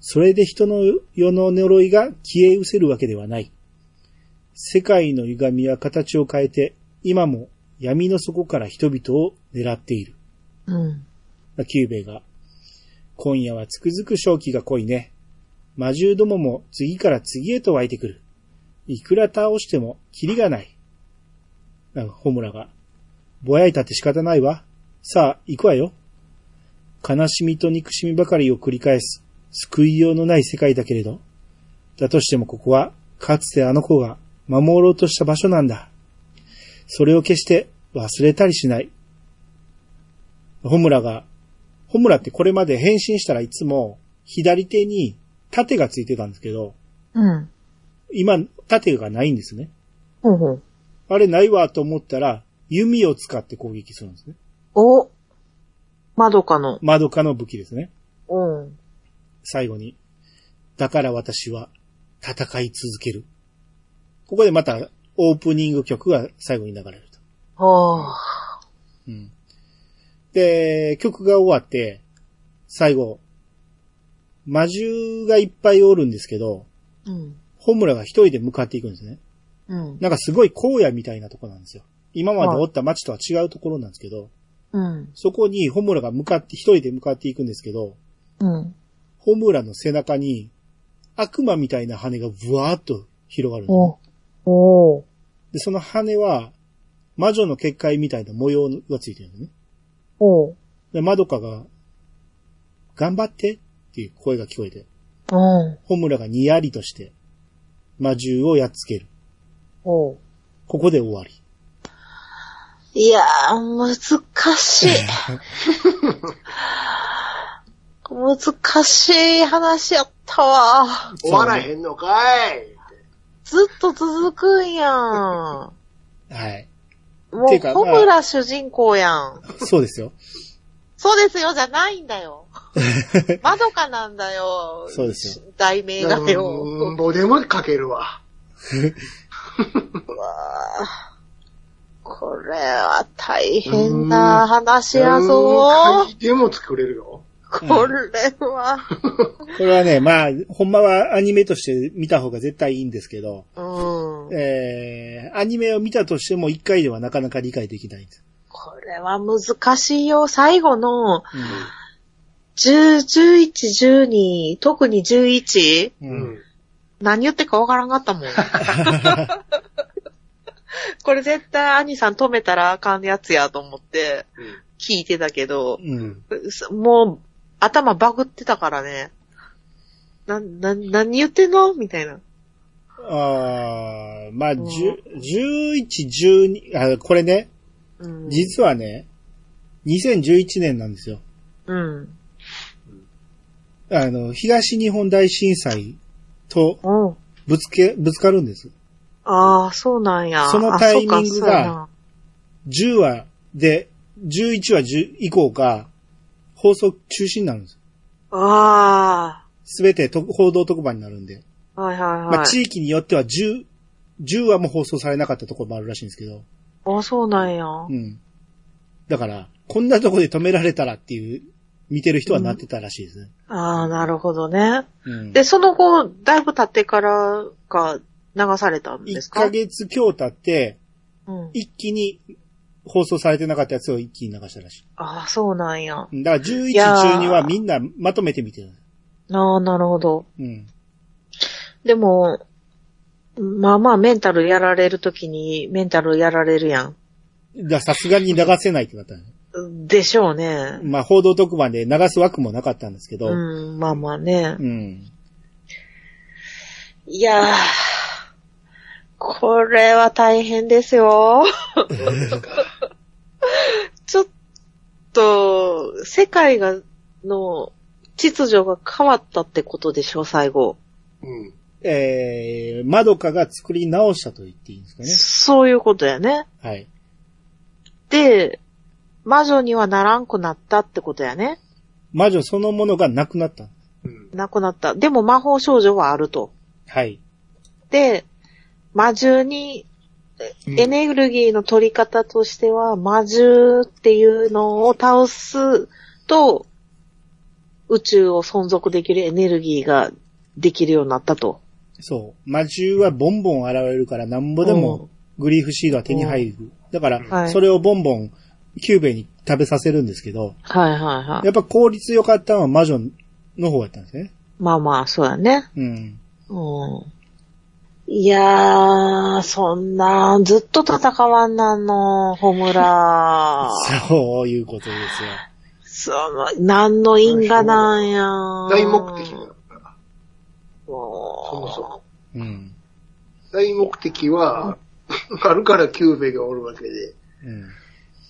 Speaker 2: それで人の世の呪いが消え失せるわけではない。世界の歪みは形を変えて、今も闇の底から人々を狙っている。
Speaker 3: うん。
Speaker 2: キューベイが、今夜はつくづく正気が濃いね。魔獣どもも次から次へと湧いてくる。いくら倒してもキリがない。なんかホムラが、ぼやいたって仕方ないわ。さあ、行くわよ。悲しみと憎しみばかりを繰り返す、救いようのない世界だけれど。だとしてもここは、かつてあの子が守ろうとした場所なんだ。それを決して忘れたりしない。ホムラが、ホムラってこれまで変身したらいつも、左手に盾がついてたんですけど、
Speaker 3: うん。
Speaker 2: 今、盾がないんですね。
Speaker 3: ほうほう。
Speaker 2: あれないわと思ったら、弓を使って攻撃するんですね。
Speaker 3: おまどかの。
Speaker 2: 窓かの武器ですね。
Speaker 3: うん。
Speaker 2: 最後に。だから私は戦い続ける。ここでまたオープニング曲が最後に流れると。
Speaker 3: はあ。
Speaker 2: うんで、曲が終わって、最後、魔獣がいっぱいおるんですけど、
Speaker 3: うん。
Speaker 2: ホムラが一人で向かっていくんですね。
Speaker 3: うん。
Speaker 2: なんかすごい荒野みたいなとこなんですよ。今までおった街とは違うところなんですけど、
Speaker 3: うん。
Speaker 2: そこにホムラが向かって、一人で向かっていくんですけど、
Speaker 3: うん。
Speaker 2: ホムラの背中に悪魔みたいな羽がブワーっと広がるんですね
Speaker 3: おお
Speaker 2: で、その羽は魔女の結界みたいな模様がついてるんですね。
Speaker 3: お
Speaker 2: で、マドカが、頑張ってっていう声が聞こえて、
Speaker 3: うん。
Speaker 2: ホムラがにやりとして、魔獣をやっつける。
Speaker 3: おう
Speaker 2: ここで終わり。
Speaker 3: いやー、難しい。難しい話やったわ。
Speaker 4: 終わらへんのかい。
Speaker 3: ずっと続くんやん。
Speaker 2: はい。
Speaker 3: も
Speaker 2: て
Speaker 3: う、
Speaker 2: か
Speaker 3: ホムラ主人公やん。
Speaker 2: そうですよ。
Speaker 3: そうですよ、じゃないんだよ。まどかなんだよ。
Speaker 2: そうです
Speaker 3: よ。題名だ
Speaker 4: う
Speaker 3: よ
Speaker 4: ん。。ぼでもかけるわ。
Speaker 3: うわぁこれは大変な話やぞ
Speaker 4: うん。でも作れるよ。
Speaker 3: これは。
Speaker 2: これはね、まあ、ほんまはアニメとして見た方が絶対いいんですけど、
Speaker 3: うん。
Speaker 2: えー、アニメを見たとしても一回ではなかなか理解できないんです。
Speaker 3: これは難しいよ。最後の
Speaker 2: う。
Speaker 3: 10、11、12、特に11、
Speaker 4: うん
Speaker 2: うん。
Speaker 4: ん。
Speaker 3: 何言ってかわからんかったもん。これ絶対兄さん止めたらあかんやつやと思って聞いてたけど、
Speaker 2: うん。
Speaker 3: もう頭バグってたからね。な、な、何言ってんのみたいな。
Speaker 2: あーまあ、十、11、12、あ、これね、
Speaker 3: うん。
Speaker 2: 実はね、2011年なんですよ。
Speaker 3: うん。
Speaker 2: あの、東日本大震災と
Speaker 3: うん。
Speaker 2: ぶつけ、ぶつかるんです。
Speaker 3: ああ、そうなんや。
Speaker 2: そのタイミングが
Speaker 3: あ
Speaker 2: 10話で、11話10以降が放送中止になるんです。
Speaker 3: そうかそうやなあ
Speaker 2: すべてと報道特番になるんで。
Speaker 3: ー、はいはいはい。
Speaker 2: まあ、地域によっては10、10話も放送されなかったところもあるらしいんですけど。
Speaker 3: あ、そうなんや。
Speaker 2: うん。だから、こんなとこで止められたらっていう、見てる人はなってたらしいですね。
Speaker 3: ああ、なるほどね。
Speaker 2: うん。
Speaker 3: で、その後、だいぶ経ってからが流されたんです
Speaker 2: 1
Speaker 3: か
Speaker 2: ヶ月強経って、
Speaker 3: うん。
Speaker 2: 一気に放送されてなかったやつを一気に流したらしい。
Speaker 3: ああ、そうなんや。あ
Speaker 2: だから11、
Speaker 3: いやー
Speaker 2: 12はみんなまとめて見てる。
Speaker 3: あ、なるほど。
Speaker 2: うん。
Speaker 3: でも、まあまあメンタルやられるときにメンタルやられるや
Speaker 2: だからさすがに流せないってなったのね。
Speaker 3: ん。でしょうね。
Speaker 2: まあ報道特番で流す枠もなかったんですけど。うん。
Speaker 3: うん、まあまあね。
Speaker 2: うん。
Speaker 3: いやー、これは大変ですよ。ちょっと、世界が、の秩序が変わったってことでしょ、最後。
Speaker 4: うん。
Speaker 2: えー、まどかが作り直したと言っていいんですかね。
Speaker 3: そういうことやね。
Speaker 2: はい。
Speaker 3: で、魔女にはならんくなったってことやね。
Speaker 2: 魔女そのものがなくなった。
Speaker 4: うん。
Speaker 3: なくなった。でも魔法少女はあると。
Speaker 2: はい。
Speaker 3: で、魔獣に、エネルギーの取り方としては、魔獣っていうのを倒すと、宇宙を存続できるエネルギーができるようになったと。
Speaker 2: そう。魔獣はボンボン現れるからなんぼでもグリーフシードは手に入る。だか
Speaker 3: は
Speaker 2: ら、
Speaker 3: い
Speaker 2: それをボンボンキューベに食べさせるんですけど、
Speaker 3: はいはいは
Speaker 2: やっぱ効率良かったのは魔女の方やったんですね。
Speaker 3: い。まあまあ、そうやね。
Speaker 2: うん。
Speaker 3: うん。いやー、そんな、ずっと戦わんなんの、ホム ラ
Speaker 2: そういうことですよ。
Speaker 3: その、何の因果なんや
Speaker 4: 大目的なのからそ
Speaker 3: も
Speaker 4: も
Speaker 3: う
Speaker 4: そも。
Speaker 2: うん。
Speaker 4: 大目的は、あるからキューベがおるわけで。
Speaker 2: うん。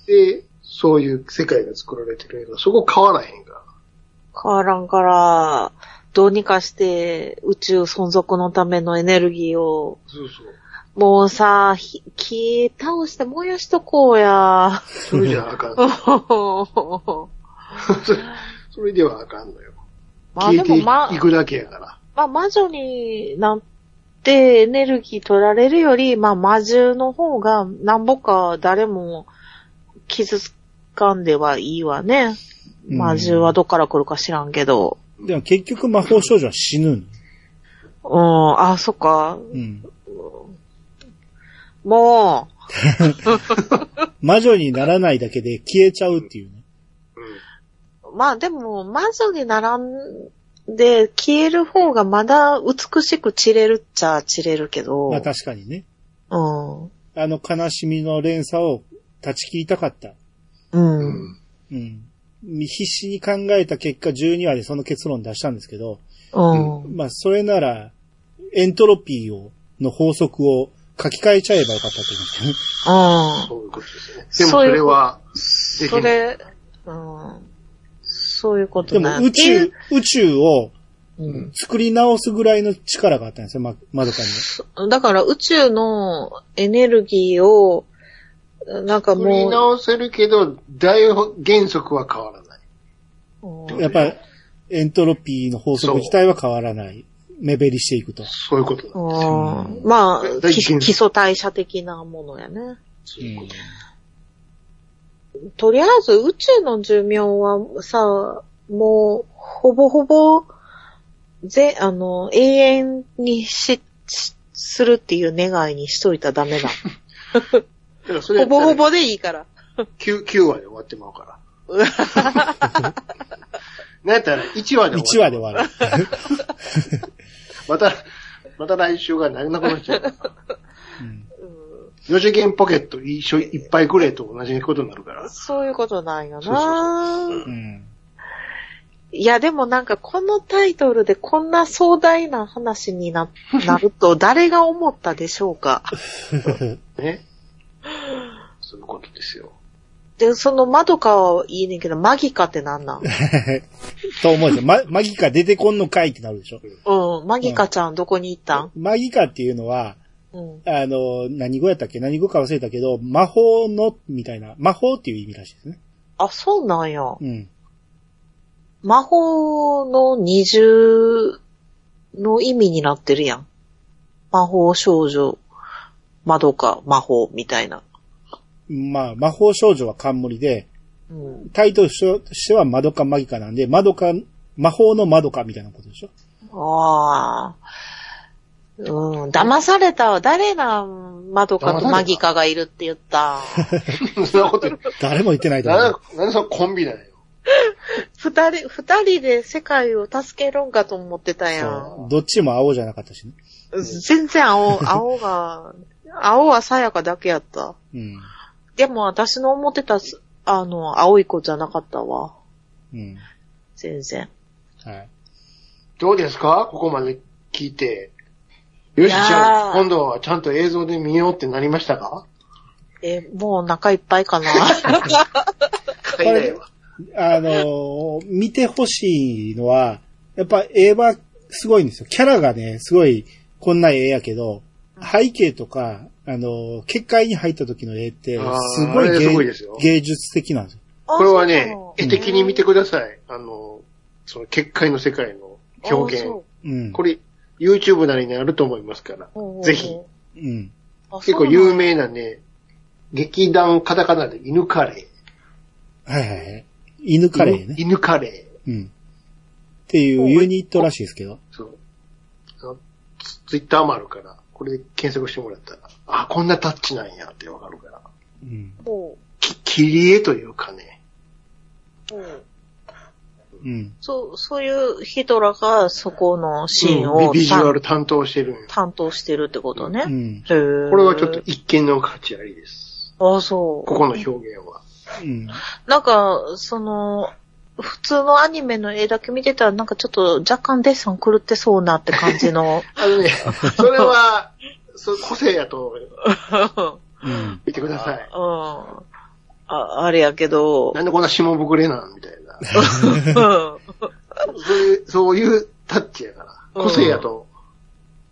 Speaker 4: で、そういう世界が作られてる映画、そこ買わらへんか
Speaker 3: 変わらんから、どうにかして宇宙存続のためのエネルギーを、
Speaker 4: そうそう。
Speaker 3: もうさ、ひ木倒して燃やしとこうや。
Speaker 4: それじゃあかん。それそれではあかんのよ。
Speaker 3: まあ
Speaker 4: 消
Speaker 3: で
Speaker 4: えて
Speaker 3: も
Speaker 4: い
Speaker 3: まあ
Speaker 4: い、くだけやから。
Speaker 3: まあ魔女になってエネルギー取られるより、まあ魔獣の方がなんぼか誰も傷つかんではいいわね。
Speaker 2: うん
Speaker 3: 魔獣はどっから来るか知らんけど。
Speaker 2: でも結局魔法少女は死ぬの。
Speaker 3: うん、あ、そっか。
Speaker 2: うん。
Speaker 3: も
Speaker 2: 魔女にならないだけで消えちゃうっていうね。
Speaker 3: う、まあでも魔女に並んで消える方がまだ美しく散れるっちゃ散れるけど。
Speaker 2: まあ確かにね。
Speaker 3: うん。
Speaker 2: あの悲しみの連鎖を断ち切りたかった。
Speaker 3: うん。
Speaker 4: う
Speaker 2: う
Speaker 3: うん。
Speaker 4: ん。
Speaker 2: ん。必死に考えた結果12話でその結論出したんですけど、まあそれならエントロピーを、の法則を書き換えちゃえばよかったって言いましたね。
Speaker 3: うん。
Speaker 4: そういうことですね。でも
Speaker 3: そ
Speaker 4: そう
Speaker 3: いう
Speaker 4: れは、でき
Speaker 3: そ
Speaker 4: ない
Speaker 3: れ、うん。そういうこと
Speaker 2: でも宇宙、宇宙を
Speaker 3: うん
Speaker 2: 作り直すぐらいの力があったんですよ、ま、まどかには。
Speaker 3: だから宇宙のエネルギーを、なんか
Speaker 4: 作り
Speaker 3: も
Speaker 4: 直せるけど、大原則は変わらない。
Speaker 3: う、
Speaker 2: やっぱ、エントロピーの法則自体は変わらない。目減りしていくと。
Speaker 4: そういうこと
Speaker 3: う
Speaker 4: なんですよ。
Speaker 3: んまあ、
Speaker 4: 大
Speaker 3: 基
Speaker 4: 事件
Speaker 3: 基礎代謝的なものやね。
Speaker 4: そういうこと
Speaker 3: とりあえず宇宙の寿命はさ、もう、ほぼほぼ、ぜ、あの、永遠にし、しするっていう願いにしといたらダメだ。
Speaker 4: だからそ れ
Speaker 3: ほぼほ
Speaker 4: ぼ
Speaker 3: ぼでいいから。
Speaker 4: 9、9話で終わってまうから。 なんやったら1話で
Speaker 2: 1
Speaker 4: 終わ
Speaker 2: 話
Speaker 4: る
Speaker 2: で終わる。
Speaker 4: また、また来週がなくなっちゃう。
Speaker 2: うん
Speaker 4: 4次元ポケット一緒いっぱいくれと同じことになるから。
Speaker 3: そういうことなんやな
Speaker 4: そうそう
Speaker 2: うん。
Speaker 3: いや、でもなんかこのタイトルでこんな壮大な話に ななると誰が思ったでしょうか。
Speaker 4: ね。そういうことですよ。
Speaker 3: で、そのマドカはいいねんけど、マギカってなん なん
Speaker 2: と思うでしょ。ま、マギカ出てこんのかいってなるでしょ。
Speaker 3: うん、マギカちゃんどこに行ったん
Speaker 2: マギカっていうのは、
Speaker 3: うん。
Speaker 2: あの、何語やったっけ何語か忘れたけど、魔法の、みたいな、魔法っていう意味らしいですね。
Speaker 3: あ、そうなんや。
Speaker 2: うん。
Speaker 3: 魔法の二重の意味になってるやん。魔法少女、マドカ、魔法、みたいな。
Speaker 2: まあ、魔法少女は冠で、
Speaker 3: うん。
Speaker 2: タイトルとしてはマドカマギカなんで、マドカ、魔法のマドカみたいなことでしょ。
Speaker 3: ああ。うん、騙されたわ。誰な、マドカとマギカがいるって言った。
Speaker 4: そんなこと、なんで
Speaker 2: 誰も言ってないと思う。
Speaker 4: なんでそのコンビなんよ。
Speaker 3: 二人、二人で世界を助けるんかと思ってたやん。
Speaker 2: そう。どっちも青じゃなかったしね。
Speaker 3: 全然青、青が、青はさやかだけやった。
Speaker 2: うん。
Speaker 3: でも私の思ってたす、あの、青い子じゃなかったわ。
Speaker 2: うん。
Speaker 3: 全然。
Speaker 2: はい。
Speaker 4: どうですかここまで聞いて。よし、
Speaker 3: い
Speaker 4: じ
Speaker 3: やー
Speaker 4: ゃあ、今度はちゃんと映像で見ようってなりましたか
Speaker 3: え、もうお腹いっぱいかな。
Speaker 4: 海外は。
Speaker 2: あのー見てほしいのは、やっぱ絵はすごいんですよ。キャラがね、すごい、こんな絵やけど、背景とか、あのー結界に入った時の絵って、
Speaker 4: あー
Speaker 2: すごい
Speaker 4: あれ
Speaker 2: 芸
Speaker 4: すごいですよ
Speaker 2: 芸術的なんですよ。
Speaker 4: これはね、
Speaker 2: う
Speaker 4: 絵的に見てください。あの、その結界の世界の表現。
Speaker 2: うん。
Speaker 4: これ、YouTube なりにあると思いますから。ぜひ。
Speaker 2: うん。
Speaker 4: 結構有名なね、劇団カタカナで犬カレ
Speaker 2: はいはいはい。犬
Speaker 4: ー。
Speaker 2: カレーね。
Speaker 4: 犬犬カレ
Speaker 2: うん。っていうユニットらしいですけど。
Speaker 4: ー。そう。あのツツイッターもあるから、これで検索してもらったら、あ、こんなタッチなんやってわかるから。
Speaker 2: うん。
Speaker 3: も
Speaker 4: き、切り絵というかね。
Speaker 3: う、もう、
Speaker 2: うん。
Speaker 3: そう、そういう人らがそこのシーン
Speaker 4: うん
Speaker 3: を
Speaker 4: ビビジュア
Speaker 3: 担
Speaker 4: ル担当してるんよ
Speaker 3: 担当してるってことね。
Speaker 2: う
Speaker 3: へ
Speaker 2: ん。
Speaker 3: ー
Speaker 4: これはちょっと。一見の価値ありです。
Speaker 3: あ、そ
Speaker 4: ここの表現は。
Speaker 2: うん。
Speaker 3: う。なんか、その、普通のアニメの絵だけ見てたらなんかちょっと若干デッサン狂ってそうなって感じ の。
Speaker 4: あのね、それは、そう個性やと
Speaker 3: うん。
Speaker 2: うん。
Speaker 4: 見てください。
Speaker 3: あ、あれやけど。
Speaker 4: なんでこんな下膨れなんみたいな。
Speaker 3: うん
Speaker 4: そういう、そういうタッチやから。個性やと。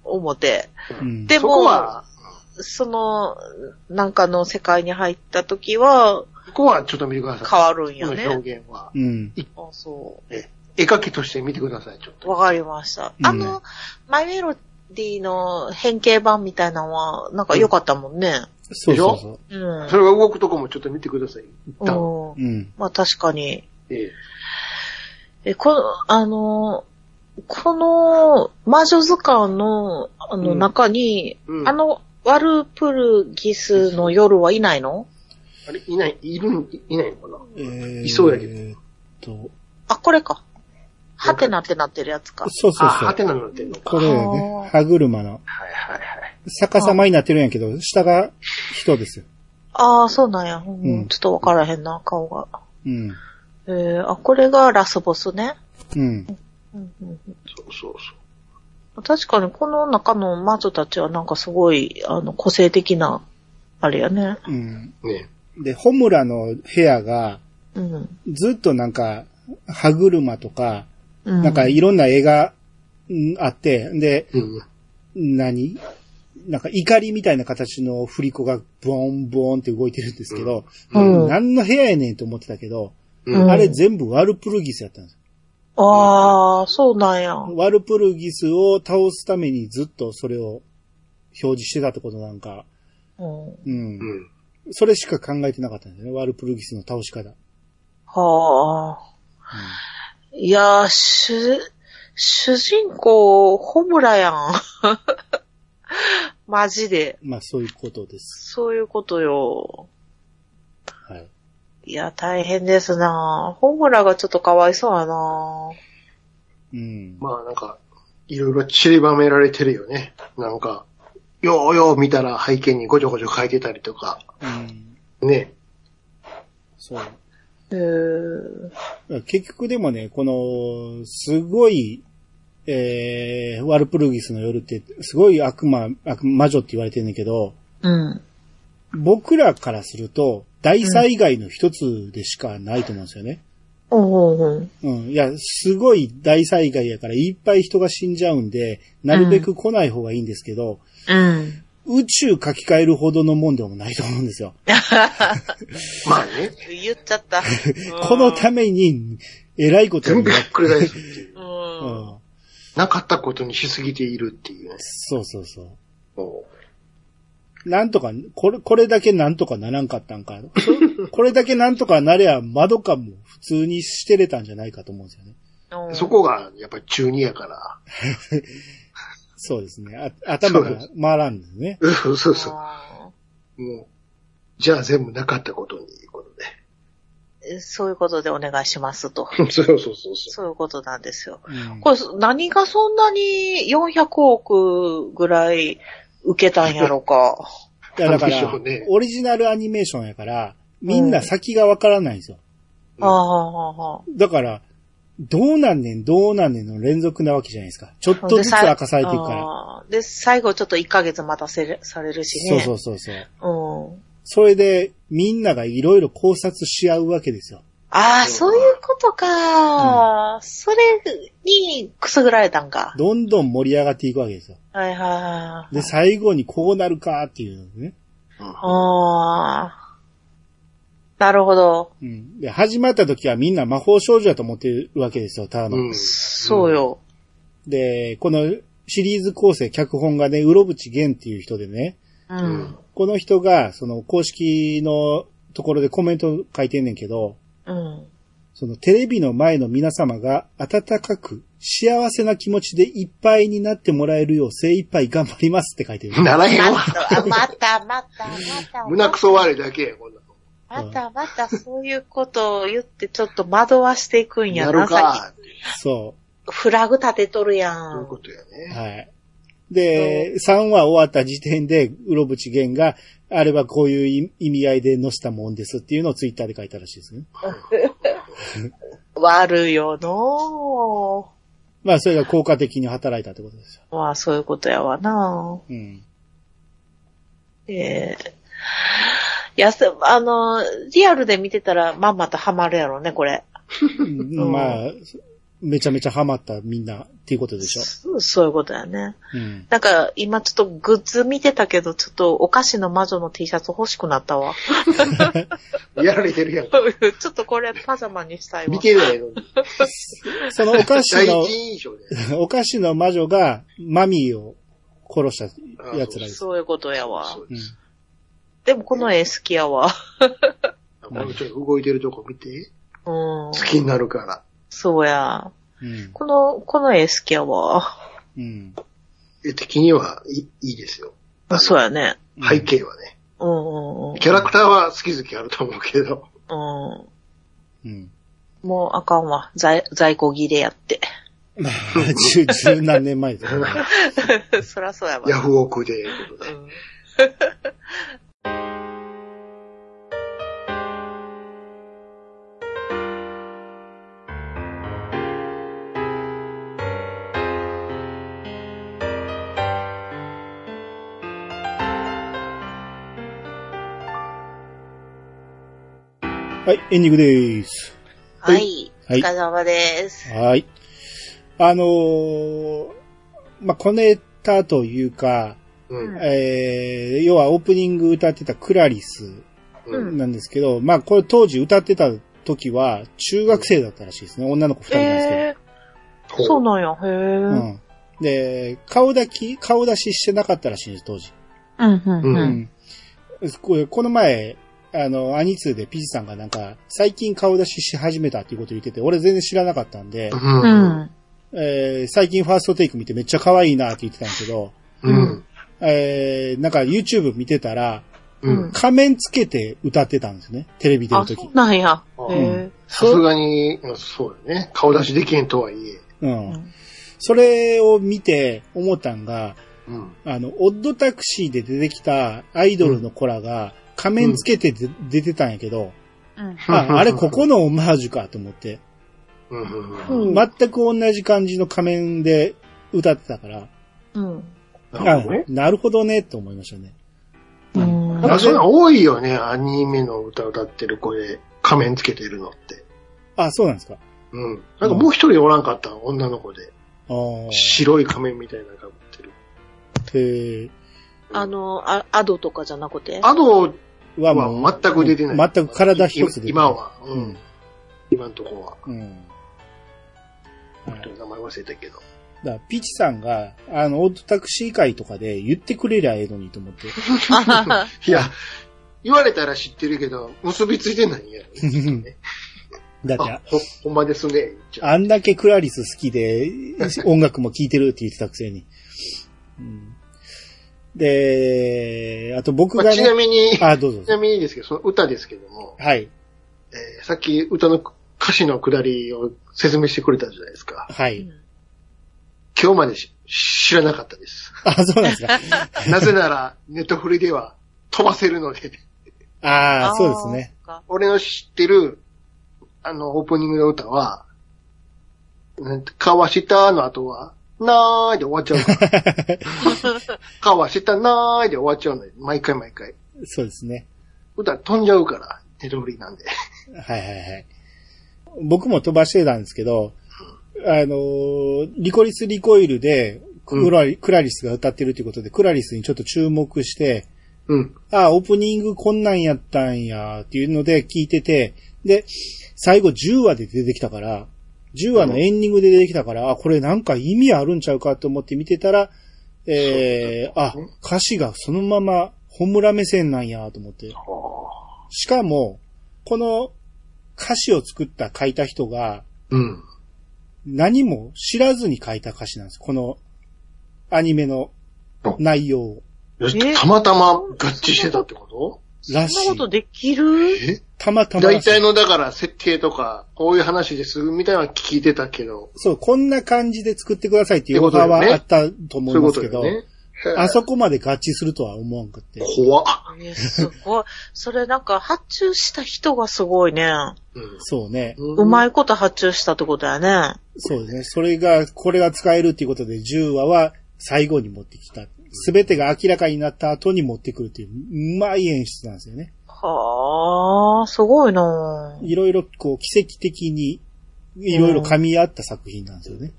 Speaker 3: 思って。
Speaker 2: うん
Speaker 3: で
Speaker 4: そ
Speaker 3: も
Speaker 4: こは、
Speaker 3: その、なんかの世界に入った時は、
Speaker 4: そこはちょっと見てください。
Speaker 3: 変わるんや
Speaker 4: この
Speaker 3: ね。
Speaker 4: 表現は。
Speaker 2: うん。
Speaker 3: あそ
Speaker 4: 絵描きとして見てください、ちょっ
Speaker 3: う。
Speaker 4: と。
Speaker 3: わかりました。
Speaker 2: うん
Speaker 3: あの、マイメロディの変形版みたいなのは、なんか良かったもんね。
Speaker 2: そうそうそ
Speaker 3: うん。
Speaker 4: それが動くとこもちょっと見てください。一旦。
Speaker 2: う。うん。
Speaker 3: まあ確かに。
Speaker 4: ええ
Speaker 3: え、この、あの、この魔女図鑑の、あの
Speaker 4: うん
Speaker 3: 中に、
Speaker 4: うん
Speaker 3: あの、ワルプルギスの夜はいないの
Speaker 4: あれ、いない、いるん、いないのかな
Speaker 2: えー
Speaker 4: いそうやけど
Speaker 2: えーっと、
Speaker 3: あ、これか。はてなってなってるやつか。
Speaker 2: そうそう
Speaker 4: あ、
Speaker 2: そ
Speaker 4: ハ
Speaker 2: う
Speaker 4: テ。ナになってんのか。
Speaker 2: これよね
Speaker 3: あ。ー
Speaker 2: 歯車の。
Speaker 4: はいはいはい。
Speaker 2: 逆さまになってるんやけど、下が人ですよ。
Speaker 3: ああ、そうなんや。うん
Speaker 2: うん
Speaker 3: ちょっとわからへんな、顔が。
Speaker 2: うん。
Speaker 3: えー、あ、これがラスボスね。
Speaker 2: うん。
Speaker 3: うんうんうん
Speaker 4: そうそうそう。
Speaker 3: 確かにこの中の魔女たちはなんかすごい、あの、個性的な、あれやね。
Speaker 2: うん。
Speaker 4: ね
Speaker 2: で、ホムラの部屋が、
Speaker 3: うん。
Speaker 2: ずっとなんか、歯車とか、
Speaker 3: うん、
Speaker 2: なんかいろんな絵が、うんあって、で、
Speaker 4: うん。
Speaker 2: 何なんか怒りみたいな形の振り子がボーンボーンって動いてるんですけど、
Speaker 3: うん
Speaker 2: 何の部屋やねんと思ってたけど、
Speaker 4: うん
Speaker 2: あれ全部ワルプルギスやったんですよ。
Speaker 3: ああ、そうなんや。
Speaker 2: ワルプルギスを倒すためにずっとそれを表示してたってことなんか、
Speaker 3: う
Speaker 2: う
Speaker 3: ん
Speaker 2: ん
Speaker 4: う。ん。
Speaker 2: それしか考えてなかったんですよね。ワルプルギスの倒し方。
Speaker 3: はあ。いやー、主、主人公、ホムラやん。 マジで。
Speaker 2: まあそういうことです。
Speaker 3: そういうことよ。
Speaker 2: はい。
Speaker 3: いや、大変ですなホムラがちょっとかわいそうやな
Speaker 2: うん。
Speaker 4: まあなんか、いろいろ散りばめられてるよね。なんか、ようよう見たら背景にごちょごちょ書いてたりとか、
Speaker 2: うん、
Speaker 4: ね。
Speaker 2: そう。
Speaker 3: うー
Speaker 2: 結局でもね、この、すごい、えー、ワルプルギスの夜って、すごい悪魔、悪魔女って言われてるんだけど、
Speaker 3: うん。
Speaker 2: 僕らからすると、大災害の一つでしかないと思うんですよね。
Speaker 3: おうおう
Speaker 2: うん。いや、すごい大災害やから、いっぱい人が死んじゃうんで、なるべく来ない方がいいんですけど、
Speaker 3: うん。
Speaker 2: 宇宙書き換えるほどのもんでもないと思うんですよ。
Speaker 4: まあね、
Speaker 3: 言っちゃった。
Speaker 2: このために、えらいこと
Speaker 4: 全
Speaker 2: に
Speaker 4: 部
Speaker 2: な
Speaker 4: ひ
Speaker 2: っ
Speaker 4: っくり返すっていう
Speaker 3: う。。
Speaker 2: うんん。
Speaker 4: なかったことにしすぎているっていうね。
Speaker 2: そうそうそう。
Speaker 4: も
Speaker 2: なんとか、これ、これだけなんとかならんかったんか。そこれだけなんとかなりゃ、窓かも普通にしてれたんじゃないかと思うんですよね。
Speaker 4: う
Speaker 3: うん
Speaker 4: そこがやっぱり中二やから。
Speaker 2: そうですね。あ頭
Speaker 4: そうで
Speaker 2: が回らんですね。
Speaker 4: うんそうそうそ
Speaker 3: あ
Speaker 4: う。もう、じゃあ全部なかったことにいうこと
Speaker 3: ーそういうことでお願いしますと。
Speaker 4: で。 そうそうそうそう。
Speaker 3: そういうことなんですよ。
Speaker 2: うん
Speaker 3: これ、何がそんなに400億ぐらい受けたんやろか。
Speaker 2: いやだか
Speaker 4: なんでし
Speaker 2: ら
Speaker 4: ょうね、
Speaker 2: オリジナルアニメーションやから、みんな先がわからないんですよ。
Speaker 4: うん
Speaker 3: ああ、
Speaker 2: だから、どうなんねん、どうなんねんの連続なわけじゃないですか。ちょっとずつ明かされていくから。
Speaker 3: ら。で、最後ちょっと1ヶ月待たせるされるし
Speaker 2: そう
Speaker 3: ね。
Speaker 2: そうそうそう。
Speaker 3: う。ん。
Speaker 2: それで、みんながいろいろ考察し合うわけですよ。
Speaker 3: ああ、そういうことか、それにくすぐられたんか。
Speaker 2: どんどん盛り上がっていくわけですよ。
Speaker 3: はいはいはい。
Speaker 2: で、最後にこうなるかっていうのね。
Speaker 3: ああ。なるほど。
Speaker 2: うん。で、始まった時はみんな魔法少女だと思ってるわけですよ、ター
Speaker 4: う
Speaker 2: の。
Speaker 4: ん。うん。
Speaker 3: そうよ。
Speaker 2: で、このシリーズ構成、脚本がね、うろぶちげんっていう人でね、
Speaker 3: う
Speaker 4: うんん。。
Speaker 2: この人が、その公式のところでコメント書いてんねんけど、
Speaker 3: うん。
Speaker 2: そのテレビの前の皆様が温かく幸せな気持ちでいっぱいになってもらえるよう精一杯頑張りますって書いてる。
Speaker 4: ならへん
Speaker 3: ま
Speaker 4: わ。
Speaker 3: た、また、また、また。
Speaker 4: 胸くそ悪いだけや、こんなの。
Speaker 3: またまたそういうことを言ってちょっと惑わしていくんや
Speaker 4: や
Speaker 3: な。さ
Speaker 4: るか。って
Speaker 2: そ
Speaker 3: っきフラグ立てとるや。
Speaker 4: いうんことや
Speaker 2: う。
Speaker 4: ね。
Speaker 2: はい。で、3話終わった時点で、うろぶちげんが、あれはこういう意意味合いでのしたもんですっていうのをツイッターで書いたらしいですね。
Speaker 3: 悪いよの
Speaker 2: まあ、それが効果的に働いたってことですよ。
Speaker 3: ーまあそういうことやわな
Speaker 2: うん。
Speaker 3: ええいや、せあの、リアルで見てたらまんまとハマるやろね、これ。
Speaker 2: うんまあ、めちゃめちゃハマったみんなっていうことでしょ。
Speaker 3: そそういうことだよね。
Speaker 2: うん。
Speaker 3: なんか、今ちょっとグッズ見てたけど、ちょっとお菓子の魔女の T シャツ欲しくなった わ。
Speaker 4: やられてる やん。
Speaker 3: ちょっとこれパジャマにしたいわ。
Speaker 4: 見てないのに。
Speaker 2: そのお菓子
Speaker 4: 第
Speaker 2: の
Speaker 4: 一、印象で。
Speaker 2: お菓子の魔女がマミーを殺した奴らです。
Speaker 3: そういうことやわ。
Speaker 4: そう
Speaker 2: う
Speaker 4: で
Speaker 2: ん
Speaker 4: す。
Speaker 3: でもこの絵好きやわ。
Speaker 4: もうちょっと動いてるとこ見て。
Speaker 3: うん
Speaker 4: 好。きになるから。
Speaker 3: そうや。
Speaker 2: うん。
Speaker 3: この、この絵好きやわ。
Speaker 2: うん。
Speaker 4: 絵的にはいいいいですよ。
Speaker 3: そうやね。
Speaker 4: 背景はね。
Speaker 3: うんうんうん。
Speaker 4: キャラクターは好き好きあると思うけど。
Speaker 3: うん。
Speaker 2: うん。
Speaker 3: もうあかんわ。在、在庫切れやって。
Speaker 2: まあ、十、十何年前 ですね。
Speaker 3: そらそうやわ。
Speaker 4: ヤフオクで、と
Speaker 3: う
Speaker 4: いうん
Speaker 2: はい、エンディングです。
Speaker 3: はい。お
Speaker 2: はい
Speaker 3: 疲れ様です。
Speaker 2: はい。あのー、まあ、小ネタというか、
Speaker 4: ことで。
Speaker 2: えー、要はオープニング歌ってたクラリス
Speaker 4: うん。うん。
Speaker 2: なんですけど、まあ、これ当時歌ってた時は中学生だったらしいですね。女の子二人なんですけど。
Speaker 3: えー、そうなんや。へえ。う、
Speaker 2: うんん。で、顔だき、顔出ししてなかったらしいんです、当時。
Speaker 3: うん、
Speaker 4: う
Speaker 3: うん。
Speaker 2: これこの前、あの、アニツーでピジさんがなんか、最近顔出しし始めたっていうこと言ってて、俺全然知らなかったんで、
Speaker 3: う
Speaker 4: うん。
Speaker 3: ん。
Speaker 2: えー最近ファーストテイク見てめっちゃ可愛いなって言ってたんですけど、
Speaker 4: うん。
Speaker 2: えーなんか YouTube 見てたら、
Speaker 4: うん。
Speaker 2: 仮面つけて歌ってたんですね。テレビ出る
Speaker 3: あ、
Speaker 2: とき
Speaker 3: そ。うなんや。
Speaker 2: う
Speaker 3: へえ。
Speaker 4: さすがに、そうだね。顔出しできへんとはいえ。
Speaker 2: うん。
Speaker 3: うん
Speaker 2: それを見て思ったんが、
Speaker 4: うん。
Speaker 2: あの、オッドタクシーで出てきたアイドルの子らが仮面つけてで出てたんやけど、
Speaker 3: うん。
Speaker 2: あ、あれここのオマージュかと思って、
Speaker 4: うんうんうん。
Speaker 3: うん
Speaker 2: 全く同じ感じの仮面で歌ってたから、
Speaker 3: うん。
Speaker 4: なるほどね
Speaker 2: あ。なるほどね、と思いましたね。
Speaker 3: うん
Speaker 4: なんかそういうの多いよね。アニメの歌歌ってる子で仮面つけてるのって。
Speaker 2: あ、そうなんですか。
Speaker 4: うん。なんかもう一人おらんかった女の子で。
Speaker 2: あー
Speaker 4: 白い仮面みたいなの被ってる。
Speaker 2: へー
Speaker 3: あの、あアドとかじゃなくて。
Speaker 4: アド
Speaker 2: はもう
Speaker 4: は全く出てない。
Speaker 2: 全く体一つで。
Speaker 4: 今。は。
Speaker 2: う
Speaker 4: うん
Speaker 2: ん。。
Speaker 4: 今のとこは。
Speaker 2: うん。はい
Speaker 4: 名前忘れたけど。
Speaker 2: だからピチさんが、あの、オートタクシー会とかで言ってくれりゃええのにと思って。
Speaker 3: あ
Speaker 4: いや、言われたら知ってるけど、結びついてない んやろね。
Speaker 2: だって
Speaker 4: あ、、ほ、ほんまですね。じゃあ
Speaker 2: あんだけクラリス好きで、音楽も聴いてるって言ってたくせに。うんで、あと僕
Speaker 4: ま
Speaker 2: が
Speaker 4: あ、ちな
Speaker 2: ね、
Speaker 4: みに、ち
Speaker 2: あ、どうぞどうぞ
Speaker 4: なみにですけど、その歌ですけども、
Speaker 2: はい、
Speaker 4: えーさっき歌の歌詞のくだりを説明してくれたじゃないですか。
Speaker 2: はい。
Speaker 4: 今日までし知らなかっ たです。
Speaker 2: あ、そうなんですか。
Speaker 4: なぜなら、ネットフリでは飛ばせるので、
Speaker 2: ああ、そうですね。。
Speaker 3: あ
Speaker 4: 俺の知ってる、あの、オープニングの歌は、なんて川下の後は、なーいで終わっちゃうから。川下なーいで終わっちゃうのよ。毎回毎回。
Speaker 2: そうですね。
Speaker 4: 歌飛んじゃうから、ネットフリなんで。
Speaker 2: はいはいはい。僕も飛ばしてたんですけど、あのーリコリスリコイルでクラリ、クラリスが歌ってるということで、クラリスにちょっと注目して、
Speaker 4: うん。
Speaker 2: あ、オープニングこんなんやったんや、っていうので聞いてて、で、最後10話で出てきたから、10話のエンディングで出てきたから、あ、これなんか意味あるんちゃうかと思って見てたら、えー、あ、歌詞がそのまま、ホムラ目線なんや、と思って。しかも、この歌詞を作った、書いた人が、
Speaker 4: うん。
Speaker 2: 何も知らずに書いた歌詞なんです。この、アニメの内容を
Speaker 4: よし
Speaker 3: え
Speaker 4: たまたま合致してたってこと
Speaker 2: ら
Speaker 3: ー
Speaker 2: し
Speaker 3: そんなこ
Speaker 2: い
Speaker 3: と。できる
Speaker 4: え
Speaker 2: たまたまら
Speaker 4: 大
Speaker 2: しい。
Speaker 4: 体の、だから、設定とか、こういう話ですみたいなのは聞いてたけど、
Speaker 2: そう、こんな感じで作ってくださいっていうオファー
Speaker 4: っ
Speaker 2: は
Speaker 4: て
Speaker 2: あ
Speaker 4: こ
Speaker 2: ったと
Speaker 4: そ
Speaker 2: 思
Speaker 4: うい
Speaker 2: いうま
Speaker 4: こ
Speaker 2: す
Speaker 4: と
Speaker 2: けど、
Speaker 4: よね。
Speaker 2: あそこまで合致するとは思わんくって。
Speaker 4: 怖っ。
Speaker 3: えーすごい。それなんか発注した人がすごいね。
Speaker 4: うん
Speaker 2: そうね。
Speaker 3: うま
Speaker 4: い。
Speaker 3: いこと発注したってことやね。
Speaker 2: そうですね。それが、これが使えるっていうことで、10話は最後に持ってきた。すべてが明らかになった後に持ってくるっていう、うまい演出なんですよね。
Speaker 3: はあ、すごいなぁ
Speaker 2: いろいろこう奇跡的にいろいろ噛み合った作品なんですよね。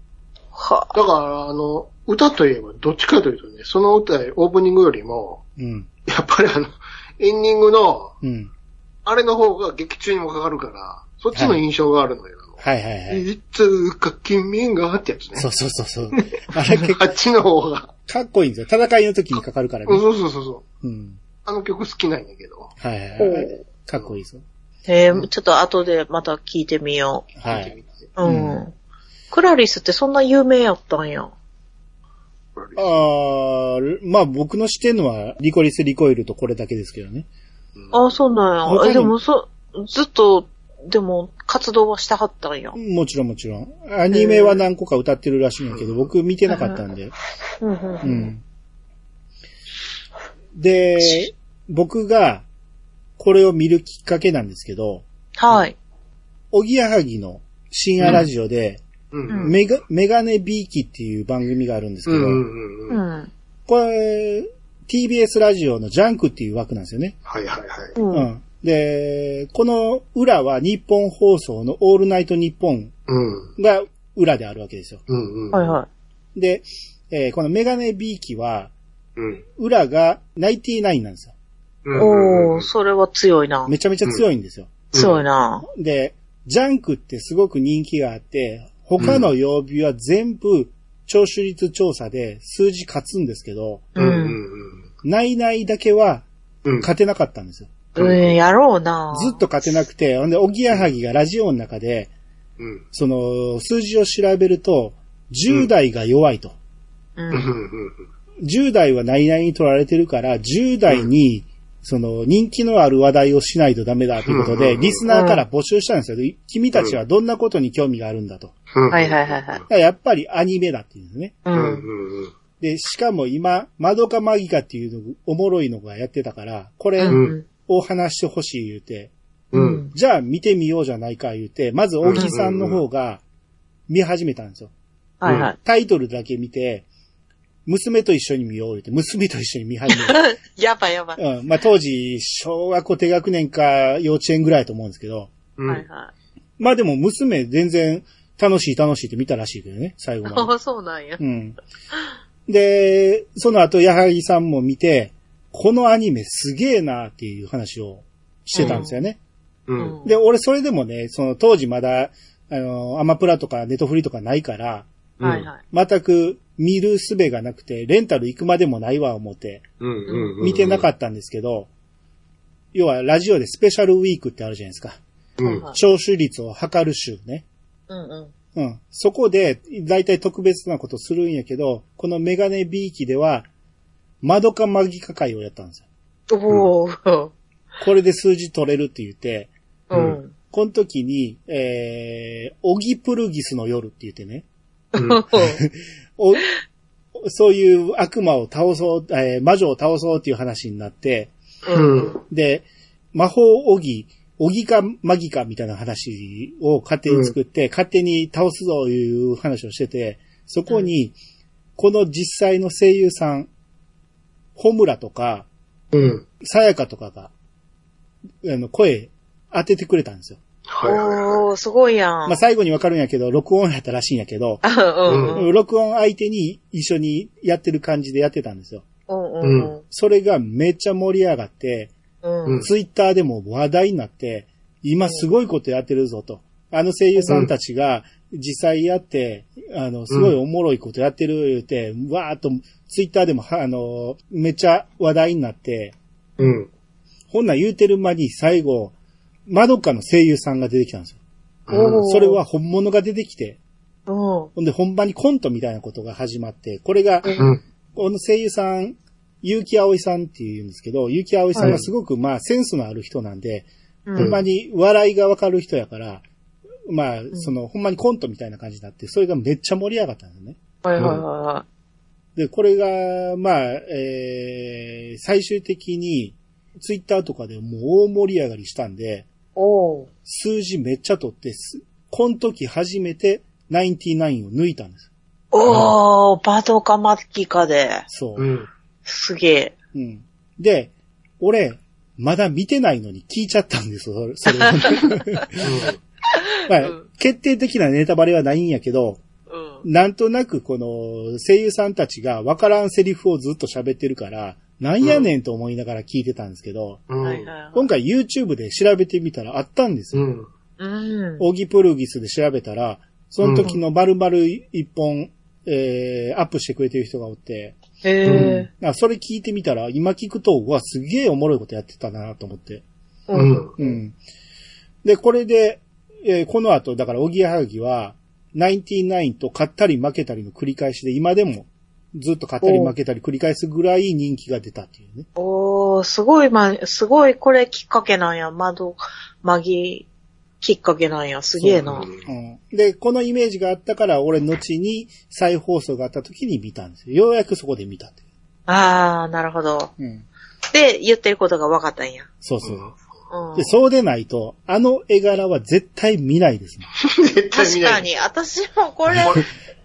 Speaker 3: は
Speaker 4: だから、あの、歌といえばどっちかというとね、その歌、オープニングよりも、
Speaker 2: うん。
Speaker 4: やっぱりあの、エンディングの、
Speaker 2: うん。
Speaker 4: あれの方が劇中にもかかるから、そっちの印象があるのよ。、
Speaker 2: はいはいはいい。
Speaker 4: つか君がってやつね。
Speaker 2: そうそうそうそう。あれ結構
Speaker 4: あっちの方が。
Speaker 2: かっこいいんですよ。戦いの時にかかるから
Speaker 4: うん
Speaker 2: ね。
Speaker 4: そうそうそうそう。
Speaker 2: うん。
Speaker 4: あの曲好きなんやけど。
Speaker 2: はいはい
Speaker 3: あ
Speaker 2: はい、かっこいいですよ。
Speaker 3: えーちょっと後でまた聞いてみよ
Speaker 2: は
Speaker 4: 見
Speaker 2: い。
Speaker 4: てみて
Speaker 3: う。うん。
Speaker 2: う
Speaker 3: クラリスってそんな有名やったんや。
Speaker 2: あー、まあ僕の知ってんのは、リコリス・リコイルとこれだけですけどね。
Speaker 3: ああ、そうなん
Speaker 2: 他に
Speaker 3: や。え、でもそ、ずっと、でも、活動はしてはったんや。
Speaker 2: もちろんもちろん。アニメは何個か歌ってるらしいんやけど、僕見てなかったんで。
Speaker 3: うんうん
Speaker 2: う。ん。で、僕が、これを見るきっかけなんですけど、
Speaker 3: はい。
Speaker 2: おぎやはぎの深夜ラジオで、
Speaker 4: うん。
Speaker 3: うん
Speaker 2: メガメガネビーキっていう番組があるんです
Speaker 4: う
Speaker 2: け
Speaker 4: ん
Speaker 2: ど、
Speaker 4: うん
Speaker 3: う
Speaker 4: うん。
Speaker 3: ん。
Speaker 2: これ、TBS ラジオのジャンクっていう枠なんですよね。
Speaker 4: はいはいはい。
Speaker 3: う。
Speaker 2: うんん。で、この裏は日本放送のオールナイト日本
Speaker 4: うん。
Speaker 2: が裏であるわけですよ。
Speaker 4: うんうん。
Speaker 3: はいは
Speaker 2: で、えーこのメガネビーキは、
Speaker 4: うん。
Speaker 2: 裏がナインティナインなんですよ。
Speaker 4: う
Speaker 3: い。
Speaker 4: ん。
Speaker 3: お
Speaker 4: う
Speaker 3: ー、
Speaker 4: ん
Speaker 3: それは強いな。
Speaker 2: めちゃめちゃ強いんですよ。
Speaker 3: 強いな。
Speaker 2: で、ジャンクってすごく人気があって、他の曜日は全部聴取率調査で数字勝つんですけど、
Speaker 4: う
Speaker 3: うん。
Speaker 4: うんん
Speaker 2: ないないだけは
Speaker 4: うん。
Speaker 2: 勝てなかったんですよ。
Speaker 4: うん
Speaker 3: うん、やろうな。
Speaker 2: ずっと勝てなくて、ほんで、おぎやはぎがラジオの中で、
Speaker 4: うん。
Speaker 2: その、数字を調べると、10代が弱いと。
Speaker 3: う
Speaker 4: うん
Speaker 3: ん。
Speaker 4: うん
Speaker 2: 10代は何々に取られてるから、10代に、その、人気のある話題をしないとダメだということで、
Speaker 4: うん
Speaker 2: リスナーから募集したんですよ。君たちはどんなことに興味があるんだと。
Speaker 4: うん。
Speaker 3: はいはいはいはい
Speaker 2: だ。からやっぱりアニメだっていうんですね。
Speaker 3: う
Speaker 4: うん
Speaker 3: ん。
Speaker 4: うん
Speaker 2: で、しかも今、マドカマギカっていうの、おもろいのがやってたから、これ
Speaker 4: ん
Speaker 2: を話してほしい言うて、
Speaker 4: う。
Speaker 3: うんん。
Speaker 2: じゃあ見てみようじゃないか言うて、まず大木さんの方が見始めたんですよ。
Speaker 3: はいはい。
Speaker 2: タイトルだけ見て、娘と一緒に見よう言うて、娘と一緒に見始め た。
Speaker 3: やばいやばい。
Speaker 2: うん。まあ、当時、小学校低学年か幼稚園ぐらいだと思うんですけど、
Speaker 4: うん。
Speaker 3: はいは
Speaker 2: まあでも娘全然楽しい楽しいって見たらしいけどね、最後
Speaker 3: い。
Speaker 2: ま
Speaker 3: あ
Speaker 2: で。
Speaker 3: あ、そうなんや
Speaker 2: う。ん。で、その後、矢作さんも見て、このアニメすげえなっていう話をしてたんですよね。
Speaker 4: うん。
Speaker 2: で、俺それでもね、その当時まだ、あの、アマプラとかネットフリとかないから、
Speaker 3: はいはい。
Speaker 2: 全く見る術がなくて、レンタル行くまでもないわ思って、
Speaker 4: うんうん。
Speaker 2: 見てなか
Speaker 4: っ
Speaker 2: ったんですけど、要はラジオでスペシャルウィークってあるじゃないですか。
Speaker 4: た。うん。
Speaker 2: 聴取率を測る週ね。
Speaker 3: うんうん。
Speaker 2: うん。そこで、だいたい特別なことするんやけど、このメガネビーキでは、マドカマギカ会をやったんですよ。
Speaker 3: おー。
Speaker 2: これで数字取れるって言って、
Speaker 3: う
Speaker 4: うん
Speaker 3: ん。
Speaker 2: この時に、えー、オギプルギスの夜って言ってね、 お、そういう悪魔を倒そう、えー魔女を倒そうっていう話になって、
Speaker 4: うん。
Speaker 2: で、魔法オギ、オギかマギかみたいな話を勝手に作って、勝手に倒すぞいう話をしてて、そこに、この実際の声優さん、ホムラとか、
Speaker 4: うん。
Speaker 2: さやかとかが、あの、声当ててくれたんですよ。
Speaker 4: はいはいはい。
Speaker 3: おー、すごいやん。
Speaker 2: まあ、最後にわかるんやけど、録音やったらしいんやけど、
Speaker 3: あ うんうん。
Speaker 2: 録音相手に一緒にやってる感じでやってたんですよ。
Speaker 3: うんうん
Speaker 2: それがめっちゃ盛り上がって、
Speaker 3: うん。うん。
Speaker 2: ツイッターでも話題になって、今すごいことやってるぞと。あの声優さんたちが実際やって、あの、すごいおもろいことやってる言うて、わーっとツイッターでもは、あの、めっちゃ話題になって、
Speaker 4: うん。
Speaker 2: ほんなん言うてる間に最後、マドカの声優さんが出てきたんですよ。
Speaker 3: おー
Speaker 2: それは本物が出てきて、
Speaker 3: うん。
Speaker 2: ほんで本場にコントみたいなことが始まって、これが、
Speaker 4: うん。
Speaker 2: この声優さん、結城葵さんっていうんですけど、結城葵さんがすごくまあセンスのある人なんで、
Speaker 3: うん
Speaker 2: ほんまに笑いがわかる人やから、まあ、その、ほんまにコントみたいな感じになって、それがめっちゃ盛り上がったんですね。
Speaker 3: はいはいは
Speaker 2: で、これが、まあ、えー、最終的に、ツイッターとかでもう大盛り上がりしたんで、
Speaker 3: い。おー。
Speaker 2: 数字めっちゃ取って、すこの時初めて99を抜いたんです。
Speaker 3: おー、バドかマッキかで。
Speaker 2: そうう。
Speaker 4: ん。
Speaker 3: すげえ。
Speaker 2: うん。で、 俺、まだ見てないのに聞いちゃったんですよ、それ。それを
Speaker 4: うん
Speaker 2: まあ
Speaker 3: うん、
Speaker 2: 決定的なネタバレはないんやけど、
Speaker 3: うん。
Speaker 2: なんとなくこの声優さんたちがわからんセリフをずっと喋ってるから、なんやねんと思いながら聞いてたんですけど、
Speaker 4: うん。
Speaker 3: はいはいはい。
Speaker 2: 今回 YouTube で調べてみたらあったんです
Speaker 4: う
Speaker 2: よ。
Speaker 4: ん。
Speaker 3: うん。
Speaker 2: オギプルギスで調べたら、その時の丸々一本、えー、アップしてくれてる人がおって、
Speaker 3: へえ。
Speaker 2: あそれ聞いてみたら、今聞くと、うわ、すげえおもろいことやってたなと思って。
Speaker 4: う
Speaker 3: うん
Speaker 4: ん。
Speaker 2: うん。で、これで、えーこの後、だから、おぎやはぎは、99と勝ったり負けたりの繰り返しで、今でもずっと勝ったり負けたり繰り返すぐらい人気が出たっていうね。
Speaker 3: おー、すごい、ま、すごい、これきっかけなんや。窓、まぎ、きっかけなんや。すげえな。
Speaker 2: うん、で、このイメージがあったから、俺、後に再放送があった時に見たんですよ。ようやくそこで見たってい
Speaker 3: あー、なるほど。
Speaker 2: う。うん。
Speaker 3: で、言ってることが分かったんや。
Speaker 2: そうそう。
Speaker 3: うん
Speaker 2: で、。そうでないと、あの絵柄は絶対見ないですね。
Speaker 4: 絶対見
Speaker 3: 確
Speaker 4: な
Speaker 3: か
Speaker 4: い。
Speaker 3: に、私もこれ、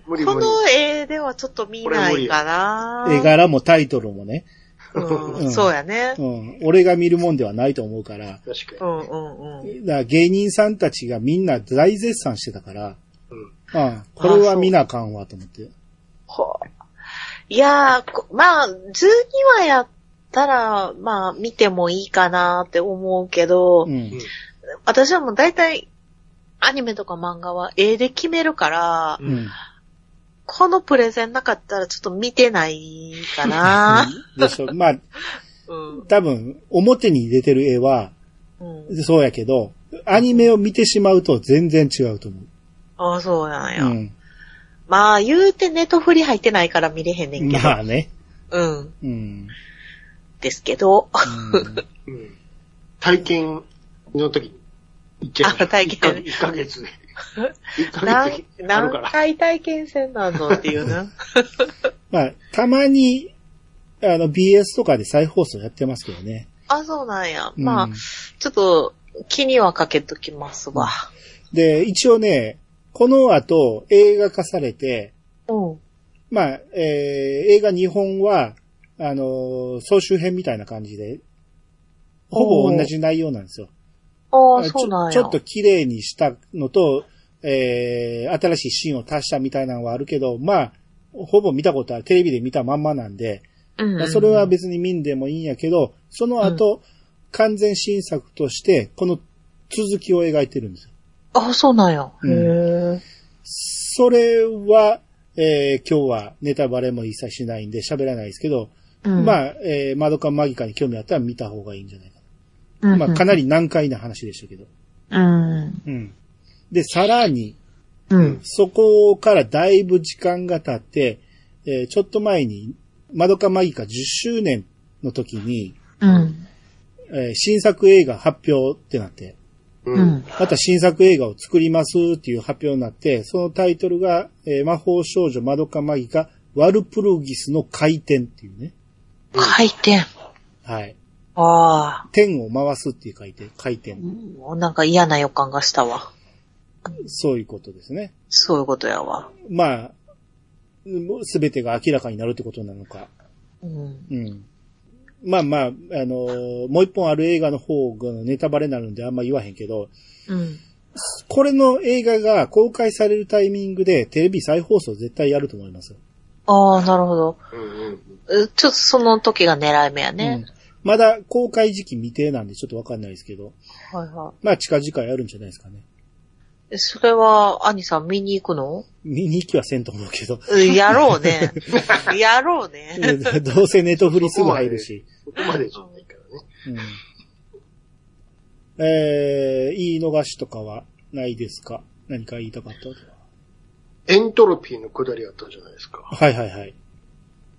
Speaker 4: 無理無
Speaker 3: こ
Speaker 4: 理。
Speaker 3: の絵ではちょっと見ないかな。
Speaker 2: 絵柄もタイトルもね、
Speaker 3: う、
Speaker 2: うんん
Speaker 3: そうやね
Speaker 2: う。ん、俺が見るもんではないと思うから、
Speaker 4: 確
Speaker 3: う
Speaker 4: か
Speaker 3: んうんうん。
Speaker 2: だから芸人さんたちがみんな大絶賛してたから、
Speaker 4: に。うん。
Speaker 2: ああこれは見なあかんわと思って。
Speaker 3: ほういやー、こまあ、12話やったら、まあ、見てもいいかなって思うけど、
Speaker 2: うん。
Speaker 3: 私はもう大体、アニメとか漫画は絵で決めるから、
Speaker 4: う
Speaker 2: うん。
Speaker 3: このプレゼンなかったらちょっと見てないか な。
Speaker 2: でしょ。まあ、
Speaker 3: うん。
Speaker 2: 多分、表に出てる絵は、
Speaker 3: うん。
Speaker 2: そうやけど、アニメを見てしまうと全然違うと思う。
Speaker 3: ああ、そうなんや。
Speaker 2: うん。
Speaker 3: まあ、言うてネットフリ入ってないから見れへんねんけど。
Speaker 2: まあね。
Speaker 3: うん。
Speaker 2: うん。
Speaker 3: ですけど。
Speaker 2: うん
Speaker 4: うん。体験の時に行っちゃ
Speaker 3: あ体験
Speaker 4: 1ヶ月で。1ヶ
Speaker 3: 何
Speaker 4: 月、であるか
Speaker 3: 何
Speaker 4: ら。
Speaker 3: 回体験せんなんのっていう な。
Speaker 2: まあ、たまに、あの、BS とかで再放送やってますけどね。
Speaker 3: あ、そうなんや。
Speaker 2: うん
Speaker 3: まあ、ちょっと、気にはかけときますわ。
Speaker 2: で、一応ね、この後映画化されて、
Speaker 3: うん。
Speaker 2: まあ、えー映画日本は、あのー総集編みたいな感じで、ほぼ同じ内容なんですよ。
Speaker 3: あ
Speaker 2: あ
Speaker 3: あ、
Speaker 2: ちょ
Speaker 3: そうなんや。
Speaker 2: ちょっと綺麗にしたのと、えー新しいシーンを足したみたいなのはあるけど、まあ、ほぼ見たことはテレビで見たまんまなんで、
Speaker 3: うんうん
Speaker 2: まあそれは別に見んでもいいんやけど、その後、完全新作として、この続きを描いてるんですよ。
Speaker 3: あ、そうなんや。
Speaker 2: うん
Speaker 3: へえ。
Speaker 2: それは、えー今日はネタバレも一切しないんで喋らないですけど、
Speaker 3: うん
Speaker 2: まあ、えー、マドカマギカに興味あったら見た方がいいんじゃないか
Speaker 3: う
Speaker 2: な。
Speaker 3: ん
Speaker 2: まあ、かなり難解な話でしたけど。
Speaker 3: うん。
Speaker 2: うん。で、さらに、
Speaker 3: うん。
Speaker 2: そこからだいぶ時間が経って、えーちょっと前に、マドカマギカ10周年の時に、
Speaker 3: うん。
Speaker 2: えー新作映画発表ってなって、
Speaker 4: う。
Speaker 3: うんん。
Speaker 2: また新作映画を作りますっていう発表になって、そのタイトルが、えー魔法少女マドカマギカワルプルギスの回転っていうね。
Speaker 3: 回転。
Speaker 2: はい。
Speaker 3: ああ。
Speaker 2: 天を回すっていう回転、回転。
Speaker 3: もうなんか嫌な予感がしたわ。
Speaker 2: そういうことですね。
Speaker 3: そういうことやわ。
Speaker 2: まあ、すべてが明らかになるってことなのか。
Speaker 3: うん。
Speaker 2: うん。まあまあ、あのーもう一本ある映画の方がネタバレになるんであんま言わへんけど、
Speaker 3: うん。
Speaker 2: これの映画が公開されるタイミングでテレビ再放送絶対やると思いますよ。
Speaker 3: ああ、なるほど。
Speaker 4: うん。
Speaker 3: うちょっとその時が狙い目やね。
Speaker 2: うんまだ公開時期未定なんでちょっとわかんないですけど、
Speaker 3: はいは
Speaker 2: まあ近々やるんじゃないですかね。
Speaker 3: い。それは、兄さん見に行くの
Speaker 2: 見に行きはせんと思うけど、
Speaker 3: うんやろう ね。やろうね。
Speaker 2: どうせネットフリすぐ入るし。
Speaker 4: そこまでじゃないからね。
Speaker 2: うんえー、言い逃しとかはないですか何か言いたかったことは
Speaker 4: エントロピーの下りあったじゃないですか。
Speaker 2: はいはいはい。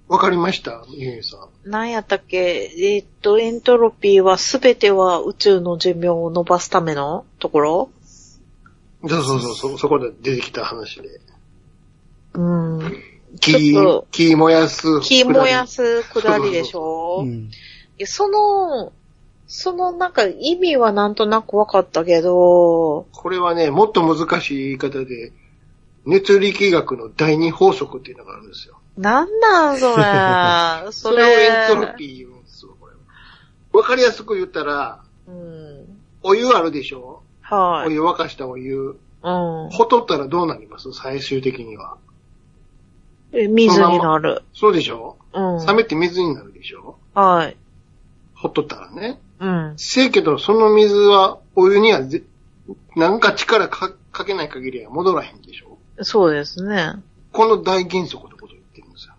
Speaker 4: わかりましたゆうゆうさん。
Speaker 3: 何やったっけえーっと、エントロピーはすべては宇宙の寿命を伸ばすためのところ
Speaker 4: そうそうそう、そ、そこで出てきた話で。
Speaker 3: うん。
Speaker 4: 木
Speaker 3: ちょっと、
Speaker 4: 木燃やす。
Speaker 3: 木燃やすくだりでしょ
Speaker 2: うん。
Speaker 3: いやその、そのなんか意味はなんとなくわかったけど、
Speaker 4: これはね、もっと難しい言い方で、熱力学の第二法則っていうのがあるんですよ。
Speaker 3: なんなんそ れ。そ
Speaker 4: それ
Speaker 3: れ。
Speaker 4: をエントロピー言うんですよ、これは。わかりやすく言ったら、
Speaker 3: うん。
Speaker 4: お湯あるでしょ
Speaker 3: は
Speaker 4: お
Speaker 3: い。
Speaker 4: 湯沸かしたお湯、
Speaker 3: うん。
Speaker 4: ほとったらどうなります最終的には。
Speaker 3: え水になる。
Speaker 4: そうでしょ
Speaker 3: うん。
Speaker 4: 冷めて水になるでしょ
Speaker 3: はい。
Speaker 4: ほっとったらね。
Speaker 3: うん。
Speaker 4: せやけど、その水は、お湯にはぜ、なんか力かかけない限りは戻らへんでしょ
Speaker 3: そうですね。
Speaker 4: この大原則のことを言ってるんですよ。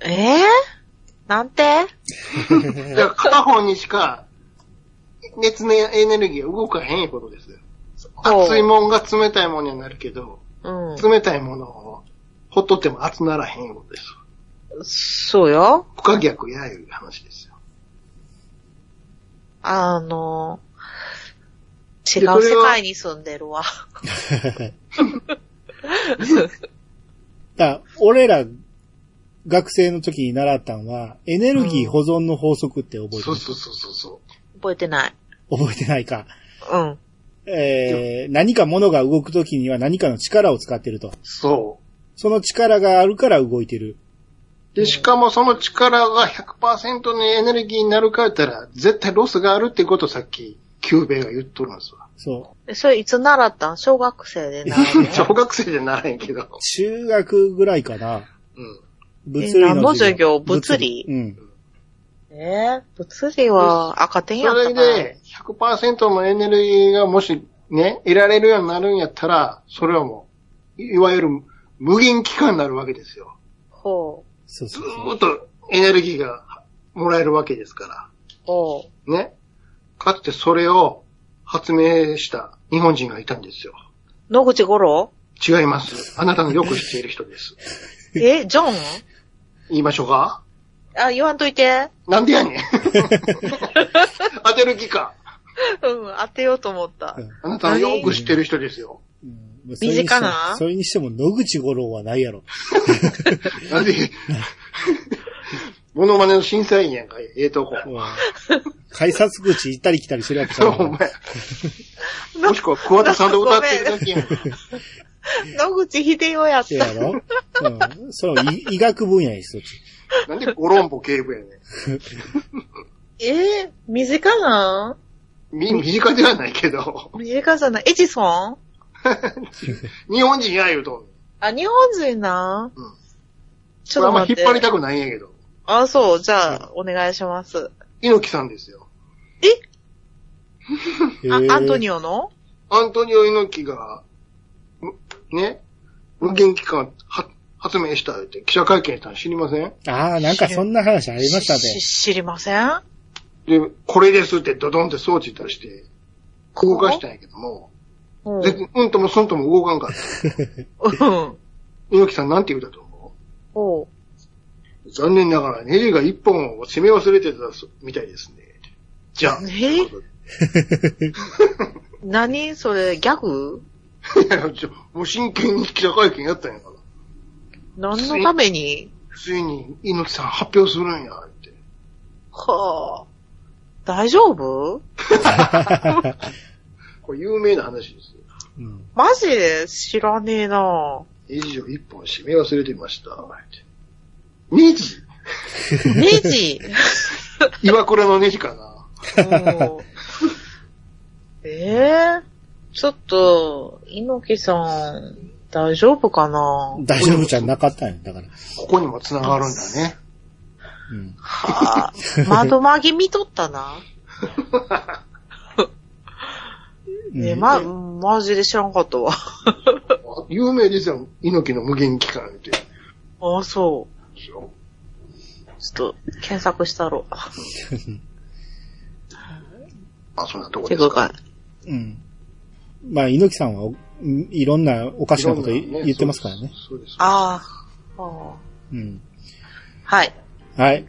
Speaker 3: ええなんて
Speaker 4: だから片方にしか、熱ね、エネルギーが動かへんいうことですよ。
Speaker 3: ほう
Speaker 4: 熱いもんが冷たいもんにはなるけど、
Speaker 3: うん。
Speaker 4: 冷たいものを、ほっとっても熱ならへんいうことですよ。
Speaker 3: そうよ。
Speaker 4: 不可逆やいう話ですよ。
Speaker 3: あの、違
Speaker 4: でこ
Speaker 3: う
Speaker 4: れ
Speaker 3: 世
Speaker 4: は
Speaker 3: 界に住んでるわ。
Speaker 2: だから俺ら、学生の時に習ったんは、エネルギー保存の法則って覚えて
Speaker 4: そ
Speaker 2: る
Speaker 4: うそうそうそうそ
Speaker 3: 覚えてない。
Speaker 2: 覚えてないか。
Speaker 3: うん。
Speaker 2: えー、何か物が動く時には何かの力を使ってると
Speaker 4: う。。そ
Speaker 2: その力があるから動いてる。
Speaker 4: う。で、しかもその力が100%のエネルギーになるか言ったら、絶対ロスがあるってことをさっき、久米が言っとるんですわ。
Speaker 2: そ
Speaker 3: えそれいつ習ったん小学生で習う
Speaker 4: 小学生じゃならへんけど
Speaker 2: う。。中学ぐらいかな。
Speaker 4: うん。
Speaker 2: 物理の
Speaker 3: え何の授業物理
Speaker 2: うん。
Speaker 3: えー、物理は赤点や
Speaker 4: そ
Speaker 3: った
Speaker 4: れ
Speaker 3: かな
Speaker 4: で、100%のエネルギーがもしね、得られるようになるんやったら、それはもう、いわゆる無限期間になるわけですよ。
Speaker 3: ほう、
Speaker 2: そう
Speaker 4: ず
Speaker 2: そうそう。
Speaker 4: ーっとエネルギーがもらえるわけですか
Speaker 3: ほ
Speaker 4: ら。ね。かつてそれを発明した日本人がいたんですよ。
Speaker 3: う。野口五郎
Speaker 4: 違います。あなたのよく知っている人です。
Speaker 3: え、ジョン
Speaker 4: 言いましょうか
Speaker 3: あ、言わんといて。
Speaker 4: なんでやねん。当てる気か。
Speaker 3: うん、当てようと思った。
Speaker 4: あなたのよく知っている人ですよ。
Speaker 2: うん
Speaker 3: 身近な
Speaker 2: それにしても、それにしても野口五郎はないや ろ。
Speaker 4: なんで、モノマネの審査員やんか、ええとこ。
Speaker 2: うん改札口行ったり来たりするわけじゃ
Speaker 4: そ
Speaker 2: な
Speaker 4: う、お
Speaker 2: い。
Speaker 4: 前。もしくは桑田さんと歌ってるだけやん。
Speaker 3: 野口秀夫やっ
Speaker 2: そう
Speaker 3: た
Speaker 2: や。ろうん。その医医学分野です、そっち。
Speaker 4: なんでゴロンボ警部やねん。
Speaker 3: えー、身近な
Speaker 4: み、短ではないけど。
Speaker 3: 身近じゃない。エジソン
Speaker 4: 日本人や言うとんねん。
Speaker 3: あ、日本人な
Speaker 4: うん
Speaker 3: ち
Speaker 4: こ
Speaker 3: ょっと
Speaker 4: れあんま
Speaker 3: 待
Speaker 4: 引
Speaker 3: っ。
Speaker 4: って張りたくないんやけど。
Speaker 3: あ、そう、じゃあ、お願いします。
Speaker 4: 猪木さんですよ。
Speaker 3: あ、アント
Speaker 2: オ。
Speaker 3: ニオの
Speaker 4: アントニオ猪木が、むね、無限機関は発明したって記者会見したの知りません
Speaker 2: ああ、なんかそんな話ありました
Speaker 3: し
Speaker 2: ね。
Speaker 3: 知りません
Speaker 4: で、これですってドドンって装置出して、動かしたんやけども、
Speaker 3: うん。う
Speaker 4: 全然うんともそんとも動かんかった。
Speaker 3: ん。
Speaker 4: 猪木さんなんて言うたと思
Speaker 3: ほ
Speaker 4: う残念ながらネジが一本を締め忘れてたみたいですね。じゃあ。
Speaker 3: えう。何それ、ギャグ
Speaker 4: いやちょもう真剣に記者会見やったんやから。
Speaker 3: 何のために
Speaker 4: ついに猪木さん発表するんや、って。
Speaker 3: はあ。大丈夫
Speaker 4: これ有名な話ですよ。
Speaker 2: うん
Speaker 3: マジで知らね えな
Speaker 4: ネジを一本締め忘れてました。ってネジ
Speaker 3: ネジ
Speaker 4: 岩倉のネジかな。
Speaker 3: もうええちょっと、猪木さん、大丈夫かな
Speaker 2: 大丈夫じゃなかったんや、だから。
Speaker 4: ここにも繋がるんだね。
Speaker 2: うん。
Speaker 3: はあ、窓まぎ見とったな。え、ま、マジで知らんかったわ。
Speaker 4: 有名ですよ。猪木の無限期間って。
Speaker 3: ああ、そう。
Speaker 4: そう
Speaker 3: ちょっと、検索したろ。
Speaker 4: まあそんなとこ
Speaker 3: て
Speaker 4: です
Speaker 3: か
Speaker 4: か。
Speaker 3: か、
Speaker 2: うん。まあ、猪木さんは、おうんいろんなおかしなこと
Speaker 4: いろんなね
Speaker 2: 言ってますからね。
Speaker 4: そうです。そう
Speaker 3: ああ。あ
Speaker 2: うん。
Speaker 3: あはい。
Speaker 2: はい。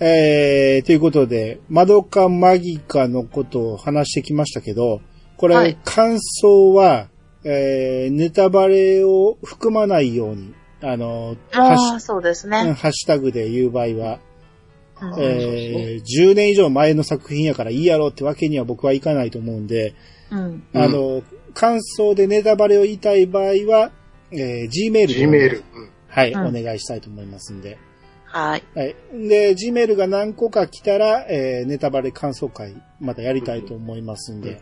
Speaker 2: えー、ということで、マドカマギカのことを話してきましたけど、これ、
Speaker 3: はい
Speaker 2: 感想は、えー、ネタバレを含まないように、あの、ハッシ
Speaker 3: ああ、そうです
Speaker 2: ュうん
Speaker 3: ね。
Speaker 2: ハッシュタグで言う場合は、
Speaker 3: うん
Speaker 2: えー、10年以上前の作品やからいいやろってわけには僕はいかないと思うんで、
Speaker 3: うん。
Speaker 4: うん
Speaker 2: あの、感想でネタバレを言いたい場合は、えー、Gmail
Speaker 4: です
Speaker 2: で。
Speaker 4: G メール。うん
Speaker 2: はい、
Speaker 3: うん
Speaker 2: お願いしたいと思いますんで。
Speaker 3: はい。
Speaker 2: はい。で、G メールが何個か来たら、えーネタバレ感想会、またやりたいと思いますんで。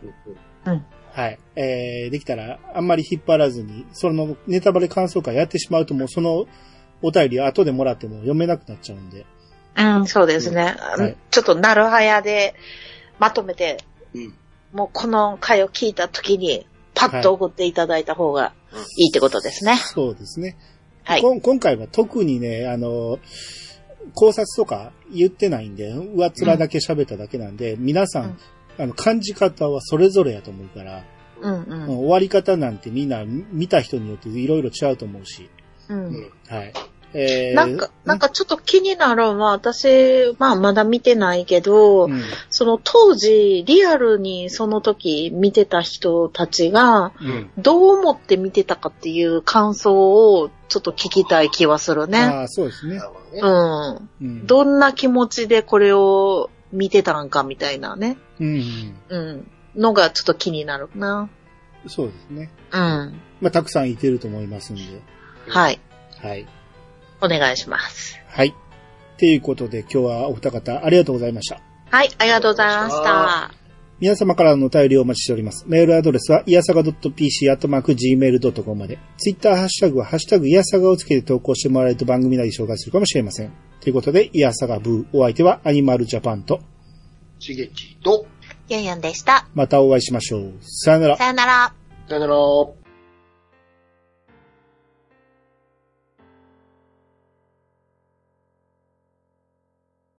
Speaker 4: うん
Speaker 2: はい。えー、できたら、あんまり引っ張らずに、そのネタバレ感想会やってしまうと、もうそのお便り後でもらっても読めなくなっちゃうんで。
Speaker 3: うん、そうですね。
Speaker 2: はい
Speaker 3: ちょっと、なるはやで、まとめて、
Speaker 4: うん。
Speaker 3: もうこの回を聞いた時に、パッと送っていただいた方がいいってことですね。
Speaker 2: そうですね。
Speaker 3: はい。
Speaker 2: こん今回は特にね、あの、考察とか言ってないんで、上っ面だけ喋っただけなんで、皆さん、あの、感じ方はそれぞれやと思うから、
Speaker 3: うんう
Speaker 2: うん
Speaker 3: ん。
Speaker 2: 終わり方なんてみんな見た人によっていろいろ違うと思うし、
Speaker 3: うん。
Speaker 2: はい。えー、
Speaker 3: なんか、なん
Speaker 2: か、
Speaker 3: かちょっと気になるのは、私、まあまだ見てないけど、
Speaker 2: うん、
Speaker 3: その当時、リアルにその時見てた人たちが、
Speaker 2: うん。
Speaker 3: どう思って見てたかっていう感想をちょっと聞きたい気はするね。
Speaker 2: ああ、そうですね
Speaker 4: な。るほどね
Speaker 3: うん。
Speaker 2: うん。
Speaker 3: どんな気持ちでこれを見てたんかみたいなね。
Speaker 2: うんうん。
Speaker 3: うん。のがちょっと気になるな。
Speaker 2: そうですね。
Speaker 3: うん。
Speaker 2: まあ、たくさんいてると思いますんで、
Speaker 3: はい。
Speaker 2: はい。
Speaker 3: お願いします。
Speaker 2: はい。っていうことで今日はお二方ありがとうございました。
Speaker 3: はい、ありがとうございました。
Speaker 2: 皆様からのお便りをお待ちしております。メールアドレスは、いやさが .pc、アットマーク、gmail.com まで。ツイッターハッシュタグは、ハッシュタグ、いやさがをつけて投稿してもらえると番組内で紹介するかもしれません。ということで、いやさがブー、お相手はアニマルジャパンと、
Speaker 4: しげちと、
Speaker 3: ゆんゆんでした。
Speaker 2: またお会いしましょう。さよなら。
Speaker 3: さよなら。
Speaker 4: さよなら。